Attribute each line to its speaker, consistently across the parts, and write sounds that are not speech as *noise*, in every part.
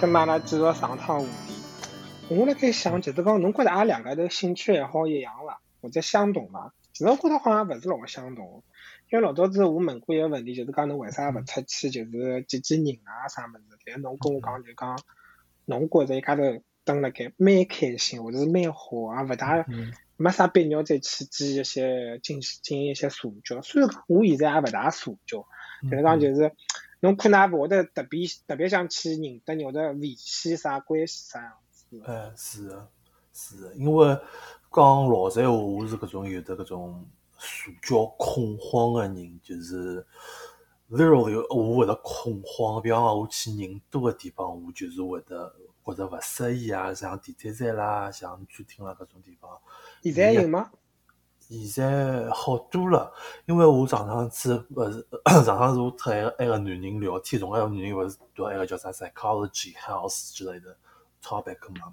Speaker 1: 葛末阿拉继续上趟话题。我辣盖想，就是讲侬觉着阿拉两个头兴趣爱好一样伐，或者相同伐？其实我觉着好像勿是老相同。因为老早子我问过一个问题，就是讲侬为啥勿出去，就是见见人啊啥物事？但是侬跟我讲，就是讲侬觉着一家头蹲辣盖蛮开心，或者是蛮好，啊也勿大
Speaker 2: 嗯
Speaker 1: 没啥必要再去见一些进进行一些社交。虽然讲我现在也勿大社交，
Speaker 2: 嗯
Speaker 1: 但是讲就是侬可能也勿会得特别特别想去认得人或者维系啥关系啥样子。
Speaker 2: 哎，是的，是的，因为讲老实闲话，我是搿种有的搿种社交恐慌个人，就是 literally 我会得恐慌，比方讲我去人多个地方，我就是会得觉着勿适意啊，像地铁站啦，像餐厅啦搿种地方。
Speaker 1: 现在有吗？
Speaker 2: 现在好多了，因为我上趟子勿是 *clears throat* 上趟子我特埃个埃个男人聊天，同埃个男人勿是读埃个叫啥 psychology house 之类的 topic 嘛。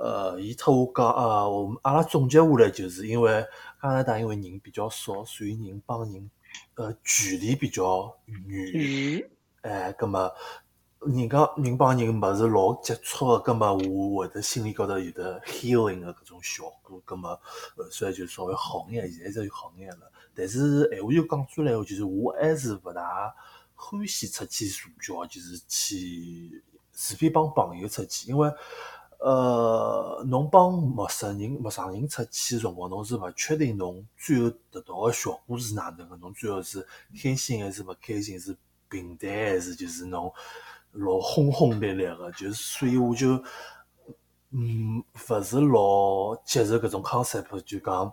Speaker 2: 呃，伊特我讲啊，我们阿拉总结下来就是因为加拿大因为人比较少，所以人帮人呃距离比较远。
Speaker 1: 鱼
Speaker 2: 哎，葛么人家人帮人勿是老接触个，葛么我会得心里高头有得 healing 个搿种效果，葛么呃虽然就稍微好眼，现在就好眼了，但是闲话又讲出来，哦就是我还是勿大欢喜出去社交，就是去除非帮朋友出去，因为。呃，侬帮陌生人、陌生人出去个辰光，侬是勿确定侬最后得到个效果是哪能个，侬最后是开心还是勿开心，是平淡还是就是侬老轰轰烈烈个，就是所以我就嗯，勿是老接受搿种 concept，就讲，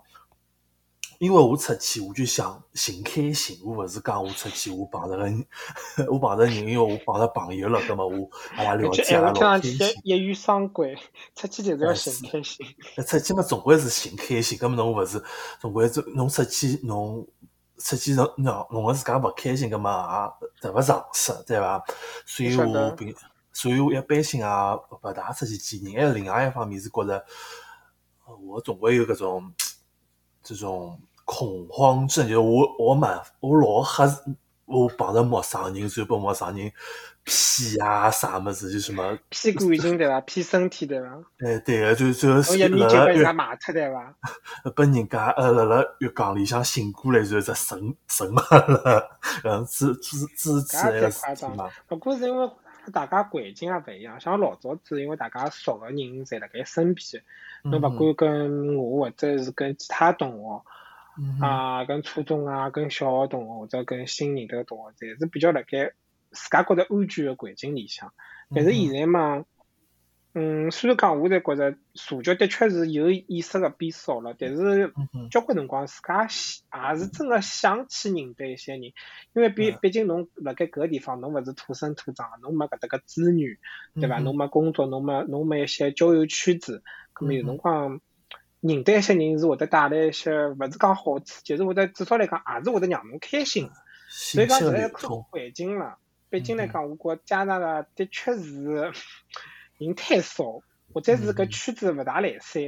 Speaker 2: 因为我出去我就想寻开心，我勿是讲我出去我碰着个人， *laughs* 我碰着人，因为我碰着朋友了，葛末我阿拉聊
Speaker 1: 就哎
Speaker 2: 天
Speaker 1: 闲
Speaker 2: 阿
Speaker 1: 话
Speaker 2: 拉
Speaker 1: 听上
Speaker 2: 老开
Speaker 1: 去
Speaker 2: 心。
Speaker 1: 一语双关，出去就是要
Speaker 2: 哎
Speaker 1: 寻
Speaker 2: 是
Speaker 1: 开心。
Speaker 2: 那出去嘛，总归是寻开心。咁么侬勿是，总归是侬出去，侬出去让让弄个自家勿开心，咁么也得勿偿失，对伐？所以
Speaker 1: 是的
Speaker 2: 我平，所以我一般性也勿大出去见人。还有另外一方面是觉着，呃我总归有搿种这种恐慌症，就是我我蛮我老吓死，我碰着陌生人，所以被陌生人屁啊啥物事，就什么，
Speaker 1: 骗感情对伐？骗身体对伐？
Speaker 2: 哎，对个，就就
Speaker 1: 侬
Speaker 2: 是
Speaker 1: 哦一面就
Speaker 2: 辣
Speaker 1: 被人
Speaker 2: 越
Speaker 1: 家卖脱对伐？
Speaker 2: 被人家呃辣辣浴缸里向醒过来，然后只神神嘛了，嗯，支支支持
Speaker 1: 搿
Speaker 2: 那
Speaker 1: 也太
Speaker 2: 个事
Speaker 1: 夸
Speaker 2: 体
Speaker 1: 张
Speaker 2: 嘛
Speaker 1: 了，不过是因为大家环境也勿一样，像老早子，因为大家熟个人侪辣盖身边，侬勿
Speaker 2: 管
Speaker 1: 管跟我或者是跟其他同学、
Speaker 2: 啊，
Speaker 1: 啊，跟初中啊、跟小学同学或者跟新认得个同学，侪是比较辣盖自家觉着安全个环境里向。但是现在嘛，嗯，虽然讲我侪觉着社交的确是有意识个变少了，但是
Speaker 2: 嗯哼
Speaker 1: 交关辰光自家喜也是真个想去认得一些人，因为毕
Speaker 2: 嗯
Speaker 1: 毕竟侬辣盖搿个地方，侬勿是土生土长，侬没搿搭个资源，对伐？
Speaker 2: 嗯哼
Speaker 1: 侬没工作，侬没侬没一些交友圈子，葛么有
Speaker 2: 嗯哼
Speaker 1: 辰光。认得一些人是会得带来一些，勿是讲好处，就是会得至少来讲，也是会得让侬开心。
Speaker 2: 啊
Speaker 1: 所以
Speaker 2: 信
Speaker 1: 讲，
Speaker 2: 息
Speaker 1: 现
Speaker 2: 的
Speaker 1: 在
Speaker 2: 流
Speaker 1: 看
Speaker 2: 通，
Speaker 1: 环境了。北京来
Speaker 2: 嗯
Speaker 1: 讲，我觉加拿大的确是 *laughs* 人太少，或者是搿
Speaker 2: 嗯
Speaker 1: 圈子勿大来三。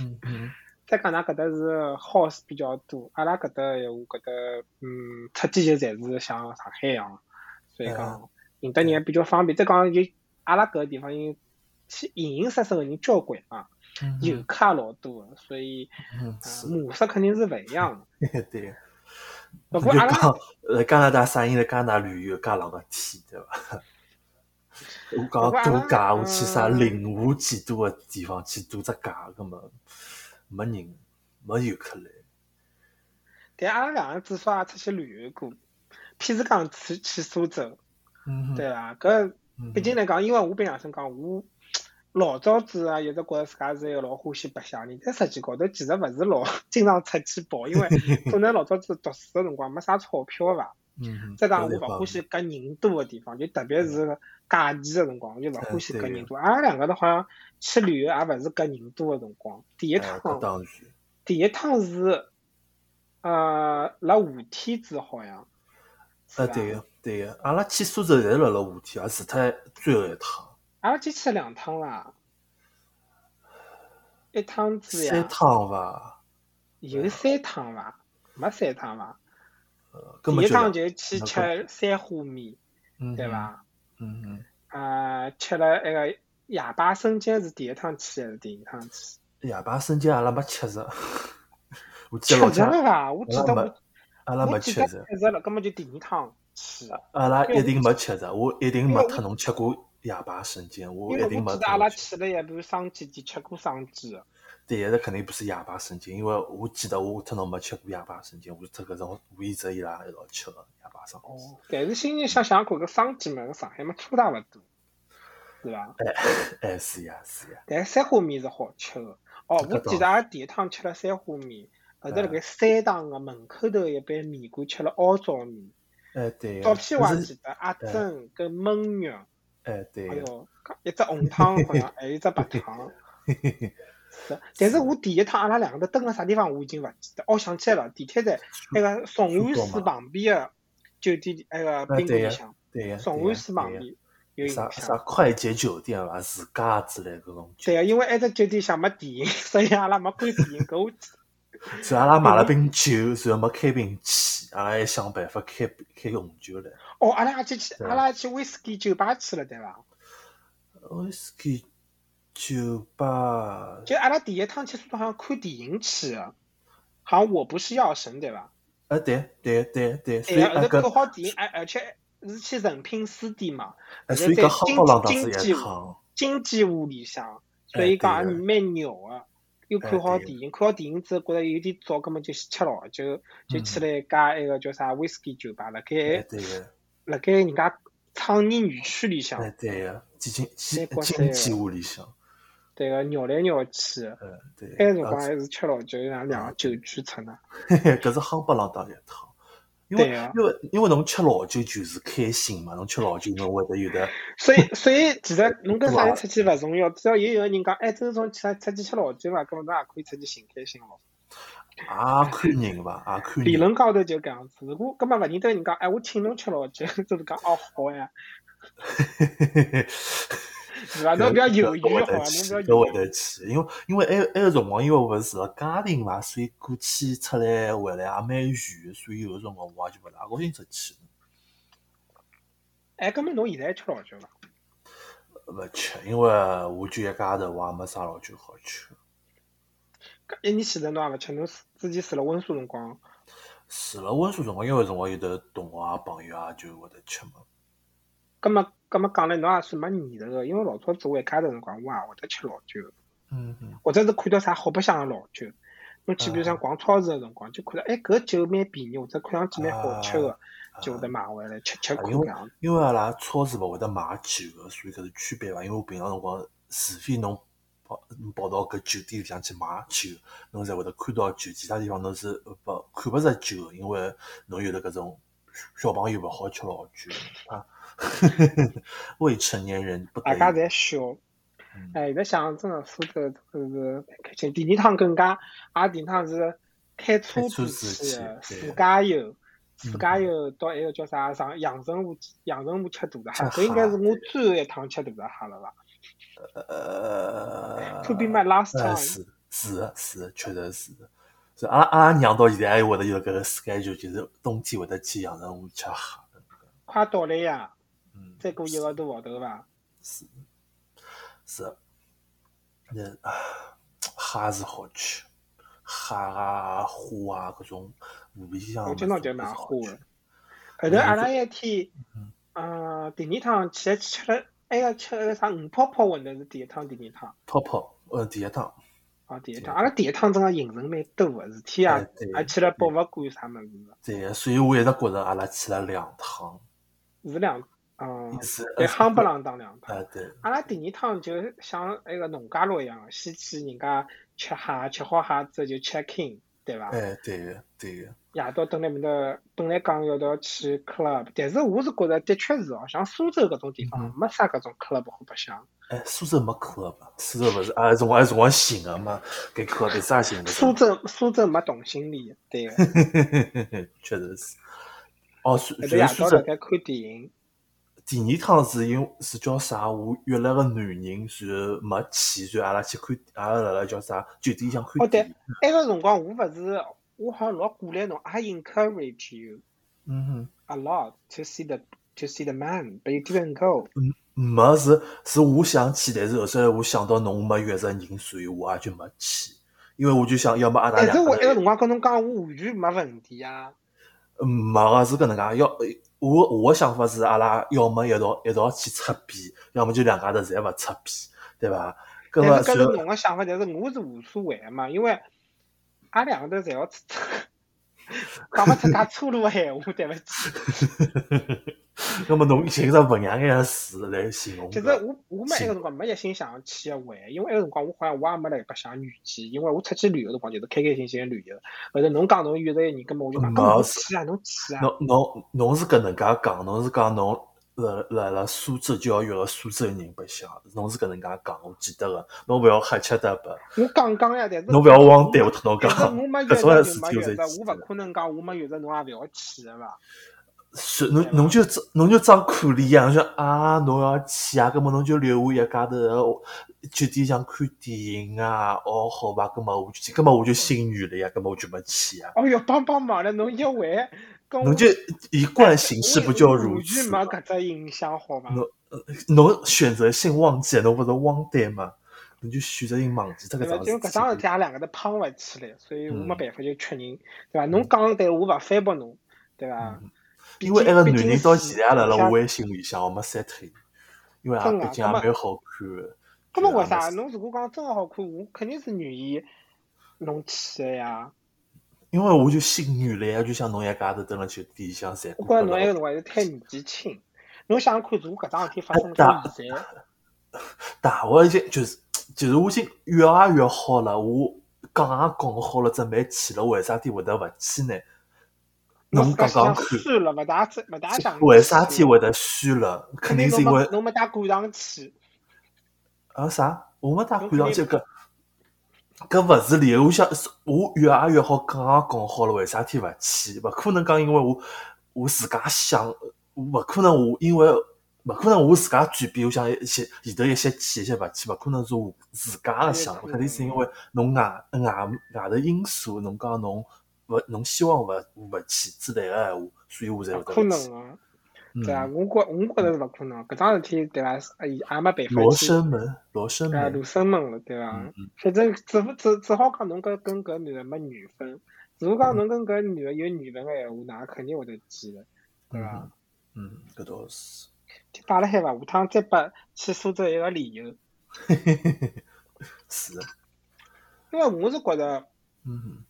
Speaker 2: 嗯嗯
Speaker 1: 再讲，㑚搿搭是 house 比较多，阿拉搿搭闲话，搿搭嗯，出去就侪是像上海一样，所以
Speaker 2: 啊
Speaker 1: 讲认得人也比较方便。再讲，就阿拉搿个地方，因为去形形色色个人交关啊，
Speaker 2: 嗯
Speaker 1: 游客也老多的，所以
Speaker 2: 嗯
Speaker 1: 呃
Speaker 2: 是，
Speaker 1: 模式肯定是勿一样
Speaker 2: *laughs*
Speaker 1: 的。
Speaker 2: 对。
Speaker 1: 不
Speaker 2: 就
Speaker 1: 过阿拉
Speaker 2: 讲，呃，加拿大啥人来加拿大旅游，加浪个天，对伐？我
Speaker 1: 不过阿
Speaker 2: 讲
Speaker 1: 拉
Speaker 2: 度假，我去啥
Speaker 1: 嗯
Speaker 2: 零下几度个地方去度只假，搿么没人，没游客来。
Speaker 1: 但阿拉两个至少也出去旅游过，譬如讲去去苏州，
Speaker 2: 嗯哼
Speaker 1: 对，伐？搿
Speaker 2: 嗯
Speaker 1: 毕竟来讲，因为我凭良心讲，我老早子啊，一直觉着自家是一个老欢喜白相人，但实际高头其实勿是老 *laughs* 经常出去跑，
Speaker 2: *laughs*
Speaker 1: 因为可能老早子读书个辰光没啥钞票伐。
Speaker 2: 嗯哼，
Speaker 1: 再讲我
Speaker 2: 有地
Speaker 1: 勿
Speaker 2: 方
Speaker 1: 欢喜搿人多个地方，就特别是假期个辰光，我就勿欢喜搿
Speaker 2: 哎对
Speaker 1: 人多。阿拉两个头好像去旅游也勿是搿人多个辰光，第一
Speaker 2: 哎
Speaker 1: 趟
Speaker 2: 搿当然，
Speaker 1: 第一趟是，呃，辣夏天子好像。
Speaker 2: 呃，
Speaker 1: 是吧
Speaker 2: 对。个，对个，阿拉去苏州侪辣辣夏天，也除脱最后一趟，
Speaker 1: 阿拉去去了两趟啦，一趟子
Speaker 2: 三
Speaker 1: 呀，
Speaker 2: 趟伐？
Speaker 1: 有三趟伐？没三趟伐？
Speaker 2: 呃，
Speaker 1: 第
Speaker 2: 根本
Speaker 1: 一
Speaker 2: 就
Speaker 1: 趟
Speaker 2: 两，
Speaker 1: 就去
Speaker 2: 那
Speaker 1: 吃三花面，
Speaker 2: 嗯
Speaker 1: 对？伐？
Speaker 2: 嗯嗯，
Speaker 1: 啊，吃了埃个夜巴生煎是第一趟去还是第二趟去？
Speaker 2: 夜排生煎阿拉没吃着， *laughs* 我记
Speaker 1: 吃
Speaker 2: 得老
Speaker 1: 着
Speaker 2: 早
Speaker 1: 了伐？啊我记
Speaker 2: 阿
Speaker 1: 得
Speaker 2: 拉没
Speaker 1: 我
Speaker 2: 阿拉没
Speaker 1: 我记
Speaker 2: 吃
Speaker 1: 得
Speaker 2: 着，
Speaker 1: 吃着了，根本就第二趟去了。
Speaker 2: 阿拉
Speaker 1: 因为
Speaker 2: 一定没吃着，我一定没
Speaker 1: 因为
Speaker 2: 特侬吃过夜排生煎，我
Speaker 1: 因
Speaker 2: 一
Speaker 1: 为
Speaker 2: 定
Speaker 1: 我
Speaker 2: 没
Speaker 1: 记
Speaker 2: 特
Speaker 1: 得阿拉
Speaker 2: 侬
Speaker 1: 去
Speaker 2: 吃。
Speaker 1: 了一盘生煎店吃过生煎，
Speaker 2: 第一个肯定不是夜排生煎，因为我记得我特侬没吃过夜排生煎，我特搿种我一直伊拉一道吃个夜排生煎。
Speaker 1: 哦，但是心里想想看，搿生煎嘛，上海嘛差大勿多，对伐？
Speaker 2: 哎，是呀，是呀，
Speaker 1: 但三花面是好吃的。哦，我
Speaker 2: 搿
Speaker 1: 记得阿拉第一趟吃了三花面，后头辣盖
Speaker 2: 嗯
Speaker 1: 三塘个门口头一爿面馆吃了凹糟面，
Speaker 2: 哎，对呀。
Speaker 1: 照片我还
Speaker 2: 但是
Speaker 1: 记得，阿
Speaker 2: 嗯
Speaker 1: 珍跟焖肉，
Speaker 2: 哎，对
Speaker 1: 还
Speaker 2: 呀，
Speaker 1: 有一只红汤好像，还有一只白糖。是，但是我第一趟阿拉两个头蹲了啥地方，我已经勿记得。哦，想起来了，地铁站那个崇安
Speaker 2: 苏州
Speaker 1: 寺
Speaker 2: 嘛
Speaker 1: 旁边个酒店里，那个
Speaker 2: 啊
Speaker 1: 宾
Speaker 2: 对
Speaker 1: 馆里
Speaker 2: 呀
Speaker 1: 向，
Speaker 2: 对呀，
Speaker 1: 崇
Speaker 2: 对
Speaker 1: 安
Speaker 2: 呀
Speaker 1: 寺旁
Speaker 2: 对呀
Speaker 1: 边有印
Speaker 2: 啥啥
Speaker 1: 象。
Speaker 2: 快捷酒店伐，自家之类搿种酒
Speaker 1: 对啊个，因为埃只酒店里向没电 *laughs* 影，所以阿拉没观电影。搿我记得
Speaker 2: 所以阿拉买了瓶酒，然后没开瓶器，阿拉还想办法开开个红酒来。
Speaker 1: 哦，阿拉还去去，
Speaker 2: 对
Speaker 1: 阿拉还去威士忌酒吧去了，对伐？
Speaker 2: 威士忌酒吧，
Speaker 1: 就阿拉第一趟去苏州好像看电影去的，好像我不是药神，对伐？
Speaker 2: 啊对对对对，所
Speaker 1: 对
Speaker 2: 以
Speaker 1: 啊，
Speaker 2: 啊
Speaker 1: 后头
Speaker 2: 搿
Speaker 1: 看好电影，而而且是去诚品书店嘛，
Speaker 2: 啊
Speaker 1: 后
Speaker 2: 所
Speaker 1: 头
Speaker 2: 以
Speaker 1: 在
Speaker 2: 搿夯不啷当
Speaker 1: 经
Speaker 2: 是
Speaker 1: 济
Speaker 2: 一趟，
Speaker 1: 经济屋里向，所
Speaker 2: 哎
Speaker 1: 以讲
Speaker 2: 对
Speaker 1: 还
Speaker 2: 的
Speaker 1: 蛮牛个。又
Speaker 2: 哎
Speaker 1: 看好
Speaker 2: 对的
Speaker 1: 电影，看好电影之后觉得有点早，根本就去吃了，就就去
Speaker 2: 嗯
Speaker 1: 了一家那个叫啥威士忌酒吧，辣
Speaker 2: 哎
Speaker 1: 盖
Speaker 2: 对个，
Speaker 1: 辣盖人家창艺园区里向
Speaker 2: 哎，对个，几经
Speaker 1: 美
Speaker 2: 几
Speaker 1: 国
Speaker 2: 经
Speaker 1: 对个
Speaker 2: 济屋里向，
Speaker 1: 对个绕来绕去的。
Speaker 2: 呃对，
Speaker 1: 埃个辰
Speaker 2: 啊
Speaker 1: 光还
Speaker 2: *laughs*
Speaker 1: 是吃老酒，让两个酒啊去出呢。
Speaker 2: 搿是夯不啷当一趟。因为
Speaker 1: 对啊
Speaker 2: 因为因为侬吃老酒就是开心嘛，侬吃老酒侬会得有得
Speaker 1: 所以所以其实侬跟啥
Speaker 2: 对
Speaker 1: 人
Speaker 2: 啊
Speaker 1: 出去勿重要，只要有一个人讲，哎，周总出出去吃老酒伐，搿么侬也可以出去寻开心咯。
Speaker 2: 也看人伐，也看人。
Speaker 1: 理论高头就搿样子，如果搿么勿认得人讲，哎，我请侬吃老酒，就是讲哦好呀，是伐？侬勿要
Speaker 2: *laughs*
Speaker 1: 犹豫
Speaker 2: 搿
Speaker 1: 好伐？
Speaker 2: 会
Speaker 1: 侬
Speaker 2: 得
Speaker 1: 勿
Speaker 2: 去，
Speaker 1: 要
Speaker 2: 搿会
Speaker 1: 犹豫。
Speaker 2: 得去，因为因为埃埃个辰光，因为我勿是住辣嘉定嘛，所以过去出来回来也蛮远，所以有个辰光我也就勿大高兴出去，
Speaker 1: 哎，搿么侬现在吃老酒伐？
Speaker 2: 勿吃，因为我就一家头，我也没啥老酒好吃。
Speaker 1: 搿一年前头侬也勿吃，侬之前住辣温宿辰光，
Speaker 2: 住了温宿辰光，因为辰光有得同学啊朋友啊就会得吃嘛。
Speaker 1: 搿么搿么讲来侬也算没念头个，因为老早子我一家头辰光我也会得吃老酒。
Speaker 2: 嗯嗯，
Speaker 1: 或者是看到啥好白相的老酒，侬去比如
Speaker 2: 啊
Speaker 1: 像逛超市的辰光，就看到哎搿酒蛮便宜，或者看上去蛮好吃的，
Speaker 2: 啊哎
Speaker 1: 就会得买回来吃吃看
Speaker 2: 因
Speaker 1: 搿
Speaker 2: 为
Speaker 1: 样。
Speaker 2: 因为阿拉超市勿会得买酒个，所以搿是区别伐。因为我平常辰光，除非侬跑跑到搿酒店里向去买酒，侬才会得看到酒。其他地方侬是勿看勿着酒的，因为侬有的搿种小朋友勿好吃老酒啊，未成年人不得
Speaker 1: 大家
Speaker 2: 已。
Speaker 1: 侪小
Speaker 2: 嗯，
Speaker 1: 哎，现在想真的苏州真的是开心。第二趟更加，阿拉第二趟是开车
Speaker 2: 开车
Speaker 1: 子
Speaker 2: 子
Speaker 1: 去
Speaker 2: 去
Speaker 1: 的，
Speaker 2: 对
Speaker 1: 自驾游，自驾
Speaker 2: 嗯
Speaker 1: 游到埃个叫啥上阳澄湖，阳澄湖吃大闸蟹，
Speaker 2: 吃
Speaker 1: 搿应该
Speaker 2: 蟹
Speaker 1: 是我最后一趟吃大闸蟹了吧
Speaker 2: 呃，
Speaker 1: ？To be my last
Speaker 2: 呃
Speaker 1: time。
Speaker 2: 是是的是的，确实是的。所以阿拉阿拉娘到现在还会得有搿个 schedule，就是冬天会得去阳澄湖吃蟹。
Speaker 1: 快到了呀，
Speaker 2: 嗯，
Speaker 1: 再过一个多号头伐？
Speaker 2: 是是，那啊虾是好吃，虾啊虾啊各种湖里向
Speaker 1: 我
Speaker 2: 的嗯
Speaker 1: 今朝
Speaker 2: 物事
Speaker 1: 就
Speaker 2: 都
Speaker 1: 买
Speaker 2: 是
Speaker 1: 虾
Speaker 2: 好
Speaker 1: 的
Speaker 2: 吃。。
Speaker 1: 后头阿拉一天，呃，第二趟去吃了，哎呀，吃了啥鱼泡泡馄饨是第一趟，第二趟
Speaker 2: 泡泡，呃，第一趟，
Speaker 1: 啊，第一
Speaker 2: 对
Speaker 1: 趟。阿拉第一趟真个行程蛮多个，事体啊
Speaker 2: 哎对，
Speaker 1: 还去了博物馆啥物事，
Speaker 2: 对，所以我一直觉着阿拉去了两趟，
Speaker 1: 是两，嗯，
Speaker 2: 是
Speaker 1: 对，夯不啷当两趟。
Speaker 2: 哎对，
Speaker 1: 阿拉第二趟就像那个农家乐一样，先去人家吃蟹，吃好蟹之后就 check in，对伐？
Speaker 2: 哎对个对个，
Speaker 1: 夜到蹲辣面头，本来讲要到去 club，但是我是觉着的确是哦，像苏州搿种地
Speaker 2: 嗯
Speaker 1: 方没啥搿种 club 好白相。
Speaker 2: 哎苏州没 club，吧苏州勿是啊，辰光还辰光寻个嘛，搿 club 有啥寻勿
Speaker 1: 苏
Speaker 2: 着？
Speaker 1: 州苏州没同性恋，对个。
Speaker 2: *laughs* 确实是。哦，苏
Speaker 1: 后头
Speaker 2: 就
Speaker 1: 夜
Speaker 2: 是苏
Speaker 1: 哎到
Speaker 2: 州
Speaker 1: 辣盖看电影，
Speaker 2: 第二趟是因为是叫啥？我约了个男人，然后没去，然后阿拉去看，阿拉辣辣叫啥酒店里向
Speaker 1: 哦对
Speaker 2: 看电影。
Speaker 1: 埃个辰光我勿是，我好像老鼓励侬，I 啊 encourage you
Speaker 2: 嗯哼，
Speaker 1: a lot to see the to see the man, but you didn't go。
Speaker 2: 没是是我想去，但是后首我想到侬没约着人，所以我也就没去。因为我就想要么阿拉
Speaker 1: 但是
Speaker 2: 两
Speaker 1: 哎我一
Speaker 2: 个
Speaker 1: 个
Speaker 2: 人，
Speaker 1: 辰光跟侬讲，我完全没问题啊。
Speaker 2: 嗯没个是搿能介，要我我的想法是阿拉要么一道一道去擦边，要么就两家头侪勿擦边，对伐？搿
Speaker 1: 但是哎
Speaker 2: 么
Speaker 1: 搿
Speaker 2: 随
Speaker 1: 是
Speaker 2: 后
Speaker 1: 侬个想法，但是我是无所谓的嘛，因为阿两个头侪要出，讲勿出介粗鲁个闲话，对勿起。
Speaker 2: 搿么侬寻着勿娘眼个词来形容
Speaker 1: 其实
Speaker 2: 搿，
Speaker 1: 我我没一个辰光没一心想去个玩，因为一个辰光我好像我也没辣搿搭想预期，因为我出去旅游的辰光就是开开心心地旅游。后头侬讲侬约着人，根本我就讲，
Speaker 2: 嗯没
Speaker 1: 搿侬
Speaker 2: 事
Speaker 1: 去啊，侬去啊。
Speaker 2: 侬侬侬是搿能介讲，侬是讲侬辣辣辣苏州就要约个苏州人白相，侬是搿能介讲，我记得个，侬勿要瞎吃搭白，
Speaker 1: 我讲讲呀，但是
Speaker 2: 侬勿要忘对我脱侬
Speaker 1: 但
Speaker 2: 讲
Speaker 1: 是我没，约
Speaker 2: 搿种
Speaker 1: 着
Speaker 2: 事
Speaker 1: 就
Speaker 2: 体
Speaker 1: 没
Speaker 2: 我
Speaker 1: 约着，
Speaker 2: 侪
Speaker 1: 我
Speaker 2: 记
Speaker 1: 勿
Speaker 2: 得。
Speaker 1: 可能讲我没约着侬也勿要去个伐？
Speaker 2: 是侬侬就装侬就装可怜呀！侬说啊，侬要去啊，葛末侬就留我一家头哦酒店想看电影啊，哦好吧，葛末我就去，葛末我就心软了呀，葛末我就没去呀。
Speaker 1: 哦哟，帮帮忙了，侬一回跟我
Speaker 2: 侬就一贯形式不就如
Speaker 1: 我
Speaker 2: 此
Speaker 1: 完
Speaker 2: 吗？
Speaker 1: 全没搿只印象好伐？
Speaker 2: 侬侬选择性忘记，侬勿是忘对吗？侬就选择性忘记这个
Speaker 1: 对伐？
Speaker 2: 桩
Speaker 1: 就
Speaker 2: 事
Speaker 1: 搿桩事
Speaker 2: 体
Speaker 1: 体，。阿拉两个头胖勿起来，所以我没
Speaker 2: 嗯
Speaker 1: 办法就确认，对伐？侬讲对，我勿反驳侬，对伐？毕
Speaker 2: 嗯因为埃
Speaker 1: 竟
Speaker 2: 个
Speaker 1: 毕
Speaker 2: 男
Speaker 1: 竟
Speaker 2: 人到
Speaker 1: 是啊
Speaker 2: 现在还辣辣
Speaker 1: 像
Speaker 2: 我微信里向，我没删脱伊，因为
Speaker 1: 真
Speaker 2: 也
Speaker 1: 的
Speaker 2: 毕
Speaker 1: 啊
Speaker 2: 竟也
Speaker 1: 葛末
Speaker 2: 蛮好看的。
Speaker 1: 搿么
Speaker 2: 就
Speaker 1: 为
Speaker 2: 也没
Speaker 1: 啥？
Speaker 2: 删
Speaker 1: 侬如果讲真个好看，我肯定是愿意侬去个呀。
Speaker 2: 因为我就心软了呀，就像侬一家头蹲辣酒店里向晒
Speaker 1: 我
Speaker 2: 过
Speaker 1: 觉着
Speaker 2: 头
Speaker 1: 侬
Speaker 2: 了
Speaker 1: 埃个辰光还是太年纪轻。侬想想看，如果搿桩事体发生
Speaker 2: 哎
Speaker 1: 到现在，
Speaker 2: 大学已经就是就是我已经约也约好了，我讲也讲好了，准备去了，为啥体会得勿去呢？
Speaker 1: 我
Speaker 2: 侬
Speaker 1: 自家心想
Speaker 2: 讲讲看，
Speaker 1: 算了，勿大只勿大想去。
Speaker 2: 为啥体会得虚了？
Speaker 1: 肯
Speaker 2: 肯定
Speaker 1: 定
Speaker 2: 是因
Speaker 1: 侬没
Speaker 2: 为
Speaker 1: 侬没带赶上去。
Speaker 2: 啊啥？我没大
Speaker 1: 侬
Speaker 2: 感
Speaker 1: 肯定
Speaker 2: 上去搿搿勿是理由。我想我约也约好，讲也讲好了，为啥体勿去？勿可能讲因为我我自家想，勿可能我因为勿可能我自家转变，我想一些前头一些去一些勿去，勿可能是我自家个想法，肯定是因为侬外外外头因素，侬讲侬勿侬希望勿勿去之类个闲话，所以我才
Speaker 1: 勿
Speaker 2: 会得
Speaker 1: 可
Speaker 2: 勿
Speaker 1: 能
Speaker 2: 去。
Speaker 1: 个，对伐？
Speaker 2: 嗯，
Speaker 1: 我觉我觉着是勿可能，搿桩事体对伐？是也也没办法
Speaker 2: 罗
Speaker 1: 去
Speaker 2: 生门，罗生
Speaker 1: 呃
Speaker 2: 门
Speaker 1: 罗，生门了，对伐
Speaker 2: 嗯？嗯
Speaker 1: 反正只不只只好讲侬搿跟搿男个没缘分，如果讲
Speaker 2: 嗯
Speaker 1: 侬跟搿女个有缘分个闲话，那肯定会得去个，对伐？
Speaker 2: 嗯，搿倒是。
Speaker 1: 就摆辣海伐？下趟再拨去苏州一个理由，
Speaker 2: *laughs* 是的，
Speaker 1: 因为我是觉着，
Speaker 2: 嗯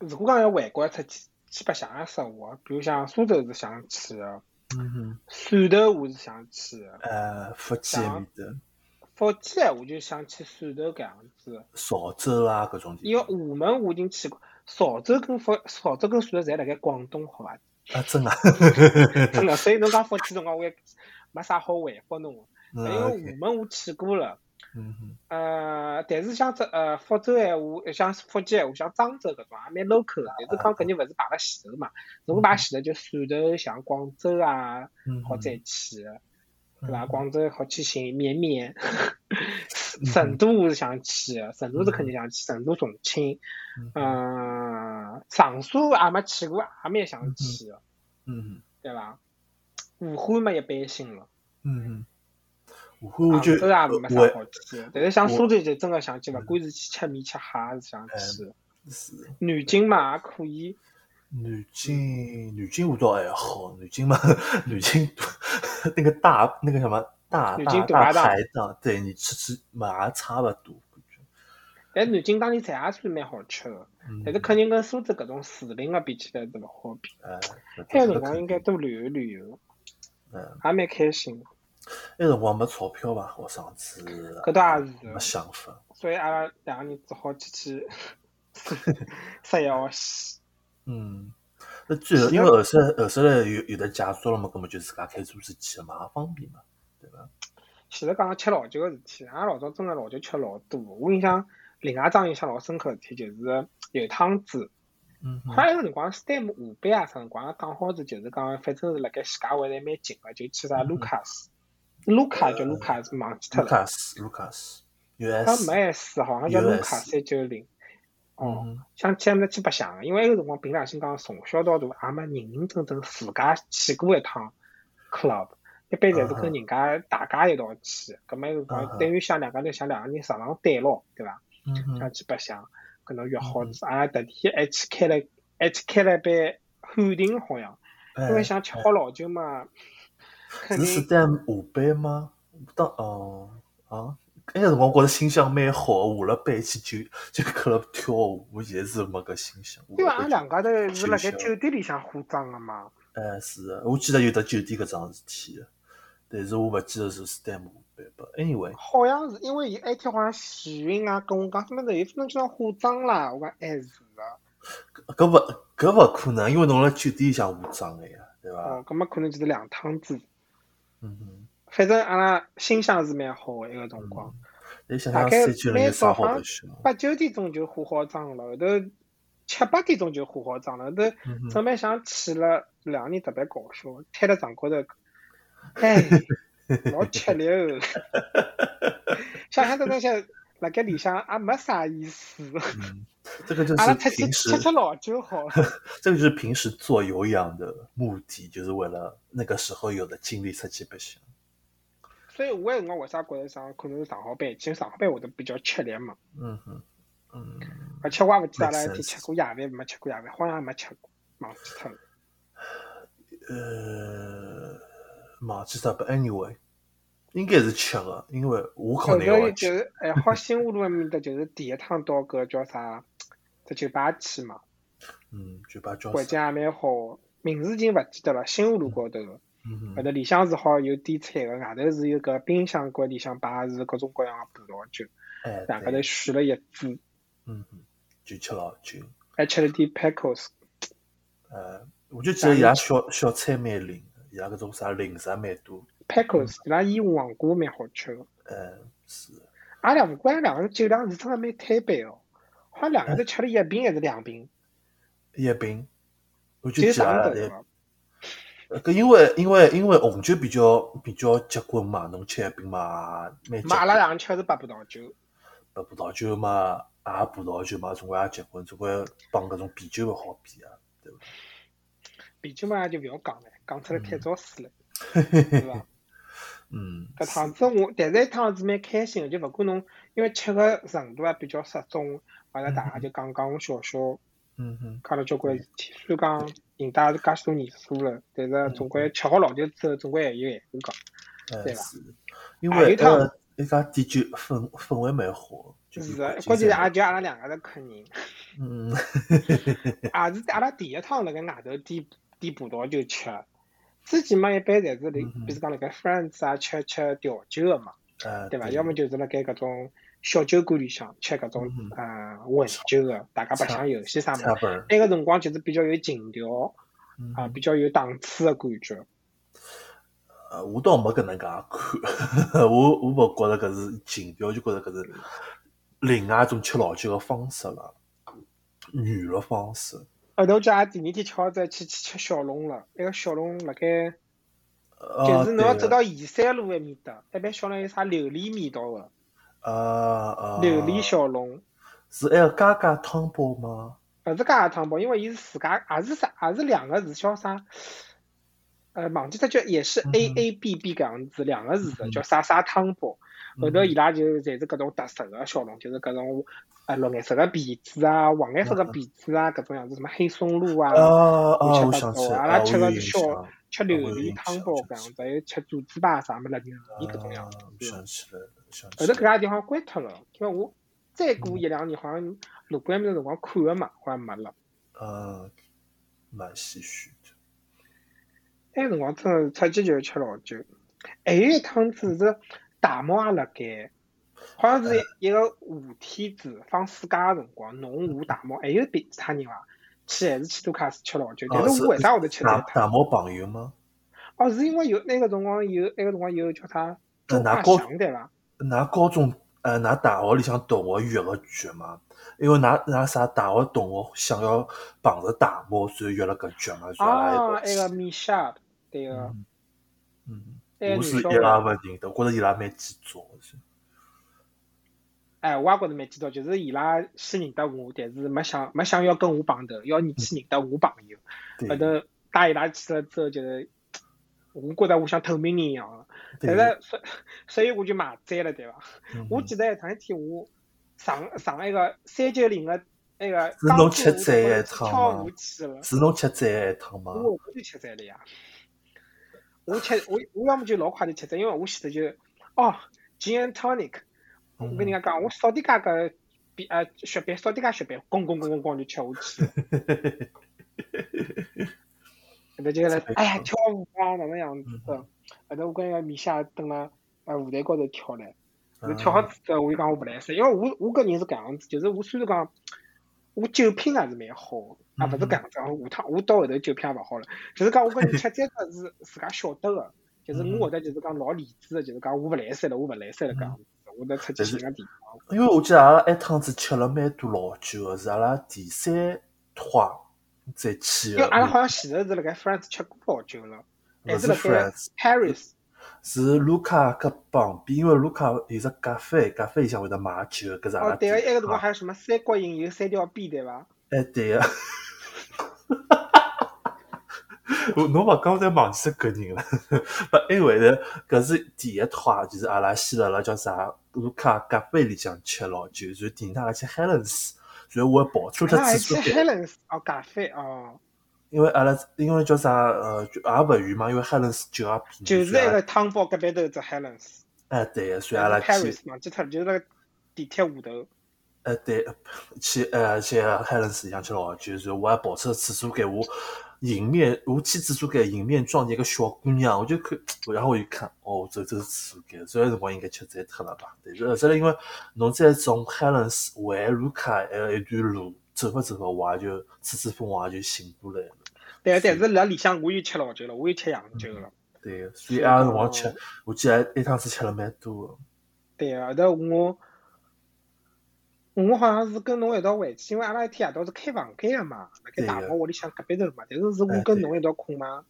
Speaker 1: 如果讲要回国出去去白相个说话，啊比如像苏州是想去个，
Speaker 2: 嗯哼，
Speaker 1: 汕头我是想去个，
Speaker 2: 呃，福建埃面的
Speaker 1: 福建我就想去汕头搿样子。
Speaker 2: 潮州啊，搿种地
Speaker 1: 因为
Speaker 2: 方
Speaker 1: 厦门我已经去过，潮州跟福潮州跟汕头侪辣盖广东，好伐？
Speaker 2: 啊，真的啊， *laughs*
Speaker 1: 真个，所以侬讲福建辰光，我也没啥好回复侬个。
Speaker 2: *laughs* 嗯
Speaker 1: *laughs* 因为
Speaker 2: OK，
Speaker 1: 厦门我去过了，
Speaker 2: 嗯哼，
Speaker 1: 呃，但是像这呃福州闲话，像福建闲话，像漳州搿种也蛮 local 的，但是讲肯定勿是排辣前头嘛。如果排前头，就汕头像广州啊，
Speaker 2: 嗯
Speaker 1: 好
Speaker 2: 哼
Speaker 1: 再去个，对伐？
Speaker 2: 嗯
Speaker 1: 广州好去寻绵绵，*laughs*
Speaker 2: 嗯
Speaker 1: 成都我是想去个，成都是肯定想去，成都、重庆。
Speaker 2: 嗯哼
Speaker 1: 嗯，长沙也没去过，也蛮想去的，
Speaker 2: 嗯
Speaker 1: 对伐？武汉嘛一般性了，
Speaker 2: 嗯哼，武汉我
Speaker 1: 杭
Speaker 2: 就
Speaker 1: 州也没啥
Speaker 2: 我
Speaker 1: 好去的。但是像
Speaker 2: 我哎
Speaker 1: 苏州就真的想去，勿
Speaker 2: 嗯
Speaker 1: 管是去吃面吃虾是想去的。
Speaker 2: 是
Speaker 1: 南京嘛也可以，
Speaker 2: 南京，南京我倒还好，南京嘛， *laughs* 南京那个大那个什么大
Speaker 1: 南
Speaker 2: 大
Speaker 1: 京大排
Speaker 2: 大
Speaker 1: 档
Speaker 2: 排档，对你吃吃嘛也差不多，感觉
Speaker 1: 但南京当地菜也算蛮好吃的，
Speaker 2: 嗯
Speaker 1: 但是肯定跟苏州搿种市林个比起来是勿好比。
Speaker 2: 呃，
Speaker 1: 还有辰
Speaker 2: 搿肯
Speaker 1: 光应该
Speaker 2: 定
Speaker 1: 多旅游旅游，
Speaker 2: 嗯。
Speaker 1: 也蛮开心的。
Speaker 2: 那辰光没钞票吧？我上次
Speaker 1: 搿倒也是
Speaker 2: 没想法。
Speaker 1: 所以阿拉两个人只好去去吃一号西。
Speaker 2: 嗯，那最后
Speaker 1: 是
Speaker 2: 因为后首后首来有有的解束了嘛，根本就自家开车子去嘛，也方便嘛，对伐？
Speaker 1: 其实讲吃老酒个事体，俺老早真个老酒吃老多。我印象另外一桩印象老深刻的事体就是有趟子，
Speaker 2: 嗯哼
Speaker 1: 好像有辰光 STEM 下班啊啥辰光讲好子，就是讲反正是辣盖徐家汇站蛮近个，就去啥
Speaker 2: 嗯
Speaker 1: 卢卡斯，卢卡
Speaker 2: 呃
Speaker 1: 叫卢卡斯忘记脱
Speaker 2: 卢
Speaker 1: 了，
Speaker 2: 卡斯，卢卡斯
Speaker 1: 好
Speaker 2: ，US，
Speaker 1: 像没 S 好像叫卢卡
Speaker 2: US
Speaker 1: 三九零。哦，
Speaker 2: 嗯
Speaker 1: 想去么去白相个，啊因为埃个辰光凭良心讲，从小到大也没认认真真自家去过一趟 club，一般侪是
Speaker 2: 嗯哼
Speaker 1: 跟人家大家一道去，葛末是
Speaker 2: 嗯
Speaker 1: 讲
Speaker 2: 哼
Speaker 1: 等于像两家头像两个人上上对牢，对伐？
Speaker 2: 嗯
Speaker 1: 想
Speaker 2: 哼，
Speaker 1: 去白相，搿侬约好啊
Speaker 2: 嗯
Speaker 1: 子，阿拉特地还去开了，还去开了杯汉庭好像，因为
Speaker 2: 哎，
Speaker 1: 想吃好老酒嘛，肯
Speaker 2: 是是
Speaker 1: 定
Speaker 2: 在下班吗？当哦啊，那个辰光觉着心情蛮好，下了班去就就去了跳舞，我现在是没搿心情。
Speaker 1: 因为
Speaker 2: 下了
Speaker 1: 阿拉
Speaker 2: 班
Speaker 1: 啊两家头是辣盖
Speaker 2: 休息了
Speaker 1: 酒店里向化妆个嘛，
Speaker 2: 哎，是的，我记得有得酒店搿桩事体的，但是我勿记得是是单模版本。Anyway，
Speaker 1: 好像是因为伊那天好像徐云啊跟我讲，什么有侬经常化妆啦，我讲哎是个，
Speaker 2: 搿勿搿勿可能，因为侬辣酒店里向化妆个呀，对伐？
Speaker 1: 哦，搿么可能就是两趟子，
Speaker 2: 嗯哼，
Speaker 1: 反正阿拉心想是蛮好个一个辰光，
Speaker 2: 嗯你想
Speaker 1: 大
Speaker 2: 想
Speaker 1: 概
Speaker 2: 三九零有
Speaker 1: 每
Speaker 2: 啥
Speaker 1: 早
Speaker 2: 好白
Speaker 1: 上
Speaker 2: 相？
Speaker 1: 八九点钟就化好妆了，后头七八点钟就化好妆了，后头。
Speaker 2: 嗯哼
Speaker 1: 准备想去了，两个人特别搞笑，摊在床高
Speaker 2: *laughs*
Speaker 1: 头，哎，老吃力哦。想想这东西，辣盖里向也没啥意思，
Speaker 2: 嗯，这个就
Speaker 1: 阿拉出
Speaker 2: 是
Speaker 1: 去
Speaker 2: 平时
Speaker 1: 吃吃老酒好了。
Speaker 2: 这个就是平时做有氧的目的，就是为了那个时候有的精力出去白相。
Speaker 1: 所以我也辰光为啥觉着上可能是上好班，其实上好班会得比较吃力嘛。
Speaker 2: 嗯哼，嗯，
Speaker 1: 而且我也勿记得阿拉
Speaker 2: *laughs* Makes
Speaker 1: 一天
Speaker 2: sense
Speaker 1: 吃过夜饭没吃过夜饭，好像也没吃过，忘记脱了。
Speaker 2: 呃，忘记啥，but anyway，应该是吃的，因为我
Speaker 1: 后
Speaker 2: 肯
Speaker 1: 头
Speaker 2: 定要
Speaker 1: 就
Speaker 2: 吃。
Speaker 1: 是还好新华路埃面搭，就是第一趟到搿叫啥，这酒吧去嘛。
Speaker 2: 嗯，酒吧叫
Speaker 1: 环
Speaker 2: 啥？
Speaker 1: 境也蛮好，名字已经勿记得了，新华路高头个，
Speaker 2: 嗯
Speaker 1: 后
Speaker 2: 哼，
Speaker 1: 头里向是好有点菜个，外头是有个冰箱柜里向摆是各种各样个葡萄酒，
Speaker 2: 哎，
Speaker 1: 两个
Speaker 2: 对
Speaker 1: 头选了一支，
Speaker 2: 嗯哼，就吃老酒。
Speaker 1: 还吃了点 pickles，
Speaker 2: 呃，我就记得伊拉小小菜蛮灵的，伊拉搿种啥零食蛮多。
Speaker 1: pickles 伊拉腌黄瓜蛮好吃个。
Speaker 2: 呃，是的，
Speaker 1: 阿拉勿过阿拉两个酒量是真个蛮推杯哦，好像两个头吃了一瓶还是两瓶，
Speaker 2: 一瓶，我就
Speaker 1: 哎就
Speaker 2: 记
Speaker 1: 是啊上
Speaker 2: 得阿拉
Speaker 1: 头
Speaker 2: 在
Speaker 1: 个嘛。
Speaker 2: 呃搿因为因为因为红酒比较比较结棍嘛，侬吃一瓶嘛，蛮结
Speaker 1: 嘛阿拉
Speaker 2: 棍。
Speaker 1: 两个吃的是白葡萄酒，
Speaker 2: 白葡萄酒嘛，也葡萄酒嘛，总归也结棍，总归帮搿种啤酒勿好比啊。
Speaker 1: 啤酒嘛就勿要讲了，讲出来太早死了，对伐？
Speaker 2: 嗯，
Speaker 1: 搿趟子我，但是一趟子蛮开心个，就勿过侬因为吃个程度也比较适中，阿拉大家就讲讲笑笑，
Speaker 2: 嗯哼，
Speaker 1: 讲了交关事体。虽然讲人家也是介许多年数了，但是总归吃好老酒之后，总归还有闲话
Speaker 2: 哎
Speaker 1: 对吧
Speaker 2: 是，因
Speaker 1: 还有
Speaker 2: 为
Speaker 1: 一趟
Speaker 2: 呃，一家店酒氛氛围蛮好，
Speaker 1: 讲。
Speaker 2: 就
Speaker 1: 是
Speaker 2: 国
Speaker 1: 个，
Speaker 2: 际
Speaker 1: 关键是
Speaker 2: 上
Speaker 1: 也就阿拉两个头客
Speaker 2: *laughs*
Speaker 1: 人，
Speaker 2: 嗯，
Speaker 1: 也啊是阿拉第一趟辣盖外头点点葡萄酒吃。之前嘛，一般侪是辣
Speaker 2: 嗯，哼
Speaker 1: 比如讲辣盖 Friends 啊，吃吃调酒个嘛，
Speaker 2: 哎
Speaker 1: 对伐？要么就是辣盖搿种小酒馆里向吃搿种
Speaker 2: 嗯
Speaker 1: 呃混酒个，大家白相游戏啥物事
Speaker 2: 差。本儿
Speaker 1: 那个辰光就是比较有情调
Speaker 2: 嗯
Speaker 1: 啊，比较有档次的感觉。
Speaker 2: 呃，我倒没搿能介看，我我勿觉着搿是情调，就觉着搿是另外一种吃老酒个方式啦，娱乐方式。
Speaker 1: 后头就也第二天吃好再去去吃小笼了，那个小笼辣盖就
Speaker 2: 呃，
Speaker 1: 是
Speaker 2: 对
Speaker 1: 侬要走
Speaker 2: 个
Speaker 1: 到宜山路埃面搭，那边小笼有啥榴莲味道的，
Speaker 2: 呃呃，
Speaker 1: 榴莲小笼，
Speaker 2: 是埃个加加汤包吗？
Speaker 1: 勿是家汤包，因为伊是自家，也是啥，也是两个字叫啥？呃，忘记脱叫也是
Speaker 2: 嗯
Speaker 1: A A B B 搿样子，两个字的
Speaker 2: 嗯
Speaker 1: 叫啥啥汤包。后头
Speaker 2: 嗯
Speaker 1: 伊拉就侪是搿种特色个小笼，就是搿种呃绿颜色个皮子啊，黄颜色个皮子啊，搿种样子什么黑松露啊，
Speaker 2: 啊
Speaker 1: 我
Speaker 2: 啊！
Speaker 1: 吃
Speaker 2: 我
Speaker 1: 不
Speaker 2: 想
Speaker 1: 到
Speaker 2: 起来，
Speaker 1: 阿拉
Speaker 2: 啊
Speaker 1: 吃
Speaker 2: 我
Speaker 1: 个
Speaker 2: 有印
Speaker 1: 小
Speaker 2: 象
Speaker 1: 哦吃榴莲汤包搿样子，还有吃哦肘子吧啥么辣牛
Speaker 2: 啊
Speaker 1: 皮搿种样子。
Speaker 2: 我想起来了，想起
Speaker 1: 后头
Speaker 2: 来了
Speaker 1: 搿家店好像关脱了，因为我再过一两年好像路关门的辰光看个嘛，好像没了。
Speaker 2: 啊，蛮唏嘘的。
Speaker 1: 那辰光真的是出去就是吃老酒，还有一趟子是大漠也辣盖，好像是一个夏天子放暑假个辰光，侬我大漠还有别其他人伐？去还是去杜卡斯吃老酒，但
Speaker 2: 哦
Speaker 1: 是
Speaker 2: 是
Speaker 1: 我为啥会得吃这
Speaker 2: 大
Speaker 1: 一趟？
Speaker 2: 大毛朋友吗？
Speaker 1: 哦，是因为有那个辰光有那个辰光有叫啥周
Speaker 2: 呃
Speaker 1: 华
Speaker 2: 哪个
Speaker 1: 强对伐？
Speaker 2: 㑚高中呃，㑚大学里向同学约个局嘛？因为㑚㑚啥大学同学想要碰着大毛，所以约了搿局嘛，所以阿拉一
Speaker 1: 啊
Speaker 2: 道，
Speaker 1: 那
Speaker 2: 去
Speaker 1: 个米莎，对个，
Speaker 2: 嗯嗯，
Speaker 1: 那个
Speaker 2: 我
Speaker 1: 女
Speaker 2: 是
Speaker 1: 小
Speaker 2: 伊拉
Speaker 1: 伙，
Speaker 2: 勿认得，我觉着伊拉蛮执着的。是
Speaker 1: 哎，我也觉着蛮记得，就是伊拉先认得我，但是没想没想要跟我碰头，要你去认得我朋友。后
Speaker 2: 对，
Speaker 1: 头带伊拉去了之后，就是我觉着我像透明人一样了。但
Speaker 2: 对，
Speaker 1: 是所所以我就买醉了，对伐？
Speaker 2: 嗯
Speaker 1: 我记得有趟一天我上上那个三九零个那个
Speaker 2: 是
Speaker 1: 江
Speaker 2: 侬
Speaker 1: 苏
Speaker 2: 吃醉
Speaker 1: 我
Speaker 2: 的一
Speaker 1: 都
Speaker 2: 趟
Speaker 1: 跳
Speaker 2: 吗
Speaker 1: 舞去了。
Speaker 2: 是侬吃醉的一趟吗？
Speaker 1: 我我就吃醉了呀。我吃我我要么就老快就吃醉，因为我现在就哦，gin and tonic，我
Speaker 2: 嗯
Speaker 1: 跟人
Speaker 2: *laughs*
Speaker 1: 家讲，我少点加个啤呃雪碧，少点加雪碧，咣咣咣咣咣就吃下去了。后头就来，哎
Speaker 2: 嗯
Speaker 1: 呀，跳舞啊，哪能样子？后头我跟那个米夏蹲了呃舞台高头跳嘞，后头
Speaker 2: 嗯
Speaker 1: 跳好之后，我就讲我不来塞，因为我我个人是搿样子，就是我虽然讲我酒品还是蛮好的，
Speaker 2: 嗯
Speaker 1: 啊勿是搿样子，我下趟我到后头酒品也勿好了，就是讲我跟人吃这个是自家晓得个，就是
Speaker 2: 嗯
Speaker 1: 我会得就是讲老理智个，就是讲我勿来塞了，我勿来塞了搿样子，我得出去寻个地方。
Speaker 2: 因为我记得阿拉埃趟子吃了蛮多老酒的，是阿拉第三趟再去
Speaker 1: 因
Speaker 2: 的
Speaker 1: 为，阿拉好像前头是辣盖 France 吃过老酒了，还
Speaker 2: 勿
Speaker 1: 是
Speaker 2: 是
Speaker 1: 辣
Speaker 2: France，
Speaker 1: 盖 Paris。
Speaker 2: 是卢卡搿旁边，因为卢卡有只咖啡，咖啡里向会得卖酒，搿是阿啊
Speaker 1: 哦，
Speaker 2: 拉第
Speaker 1: 对个，埃个辰
Speaker 2: 一
Speaker 1: 光
Speaker 2: 趟。
Speaker 1: 还有什么三角形有三条边，对伐？
Speaker 2: 哎，对个。 *laughs* 我侬勿讲，我侪忘记脱搿人了。 *laughs* 不，anyway 呢，搿是第一趟啊，就是阿拉先辣辣叫啥卢卡咖啡里向吃老酒，然后第二趟还去海伦斯，然后我还跑出
Speaker 1: 阿
Speaker 2: 脱
Speaker 1: 拉啊还
Speaker 2: 厕
Speaker 1: 去
Speaker 2: 所间。
Speaker 1: Helens 哎哦，咖啡哦，
Speaker 2: 因为阿拉因为叫啥呃，就也勿远嘛，因为海伦斯酒也便宜，
Speaker 1: 就是
Speaker 2: 所以
Speaker 1: 埃
Speaker 2: 阿拉
Speaker 1: 个汤包隔壁头只 Helens，
Speaker 2: 哎啊对个，所以阿拉去
Speaker 1: Paris 忘记脱了，就是那个地铁下头。
Speaker 2: 哎对去呃去海伦斯里向去老酒，然后我还跑出厕所间，我迎面我去厕所间迎面撞见一个小姑娘，我就看，然后我就看哦，这这是厕所间，所以辰光应该吃醉脱了吧？对，而且因为侬再从海伦斯回卢卡还有一段路，走伐走伐，我也就吹吹风，我也就醒过来了。
Speaker 1: 对个，但是辣里向我又吃老酒了，我又吃洋酒
Speaker 2: 嗯
Speaker 1: 了。
Speaker 2: 对个，所以阿拉辰光吃，我记得那趟子吃了蛮多的。
Speaker 1: 对啊个，后头我我好像是跟侬一道回去，因为阿拉一天夜到是开房间个嘛，辣盖
Speaker 2: 对
Speaker 1: 大
Speaker 2: 个
Speaker 1: 学屋里向隔壁头嘛，但是是我
Speaker 2: 哎
Speaker 1: 跟
Speaker 2: 对
Speaker 1: 侬一道困嘛，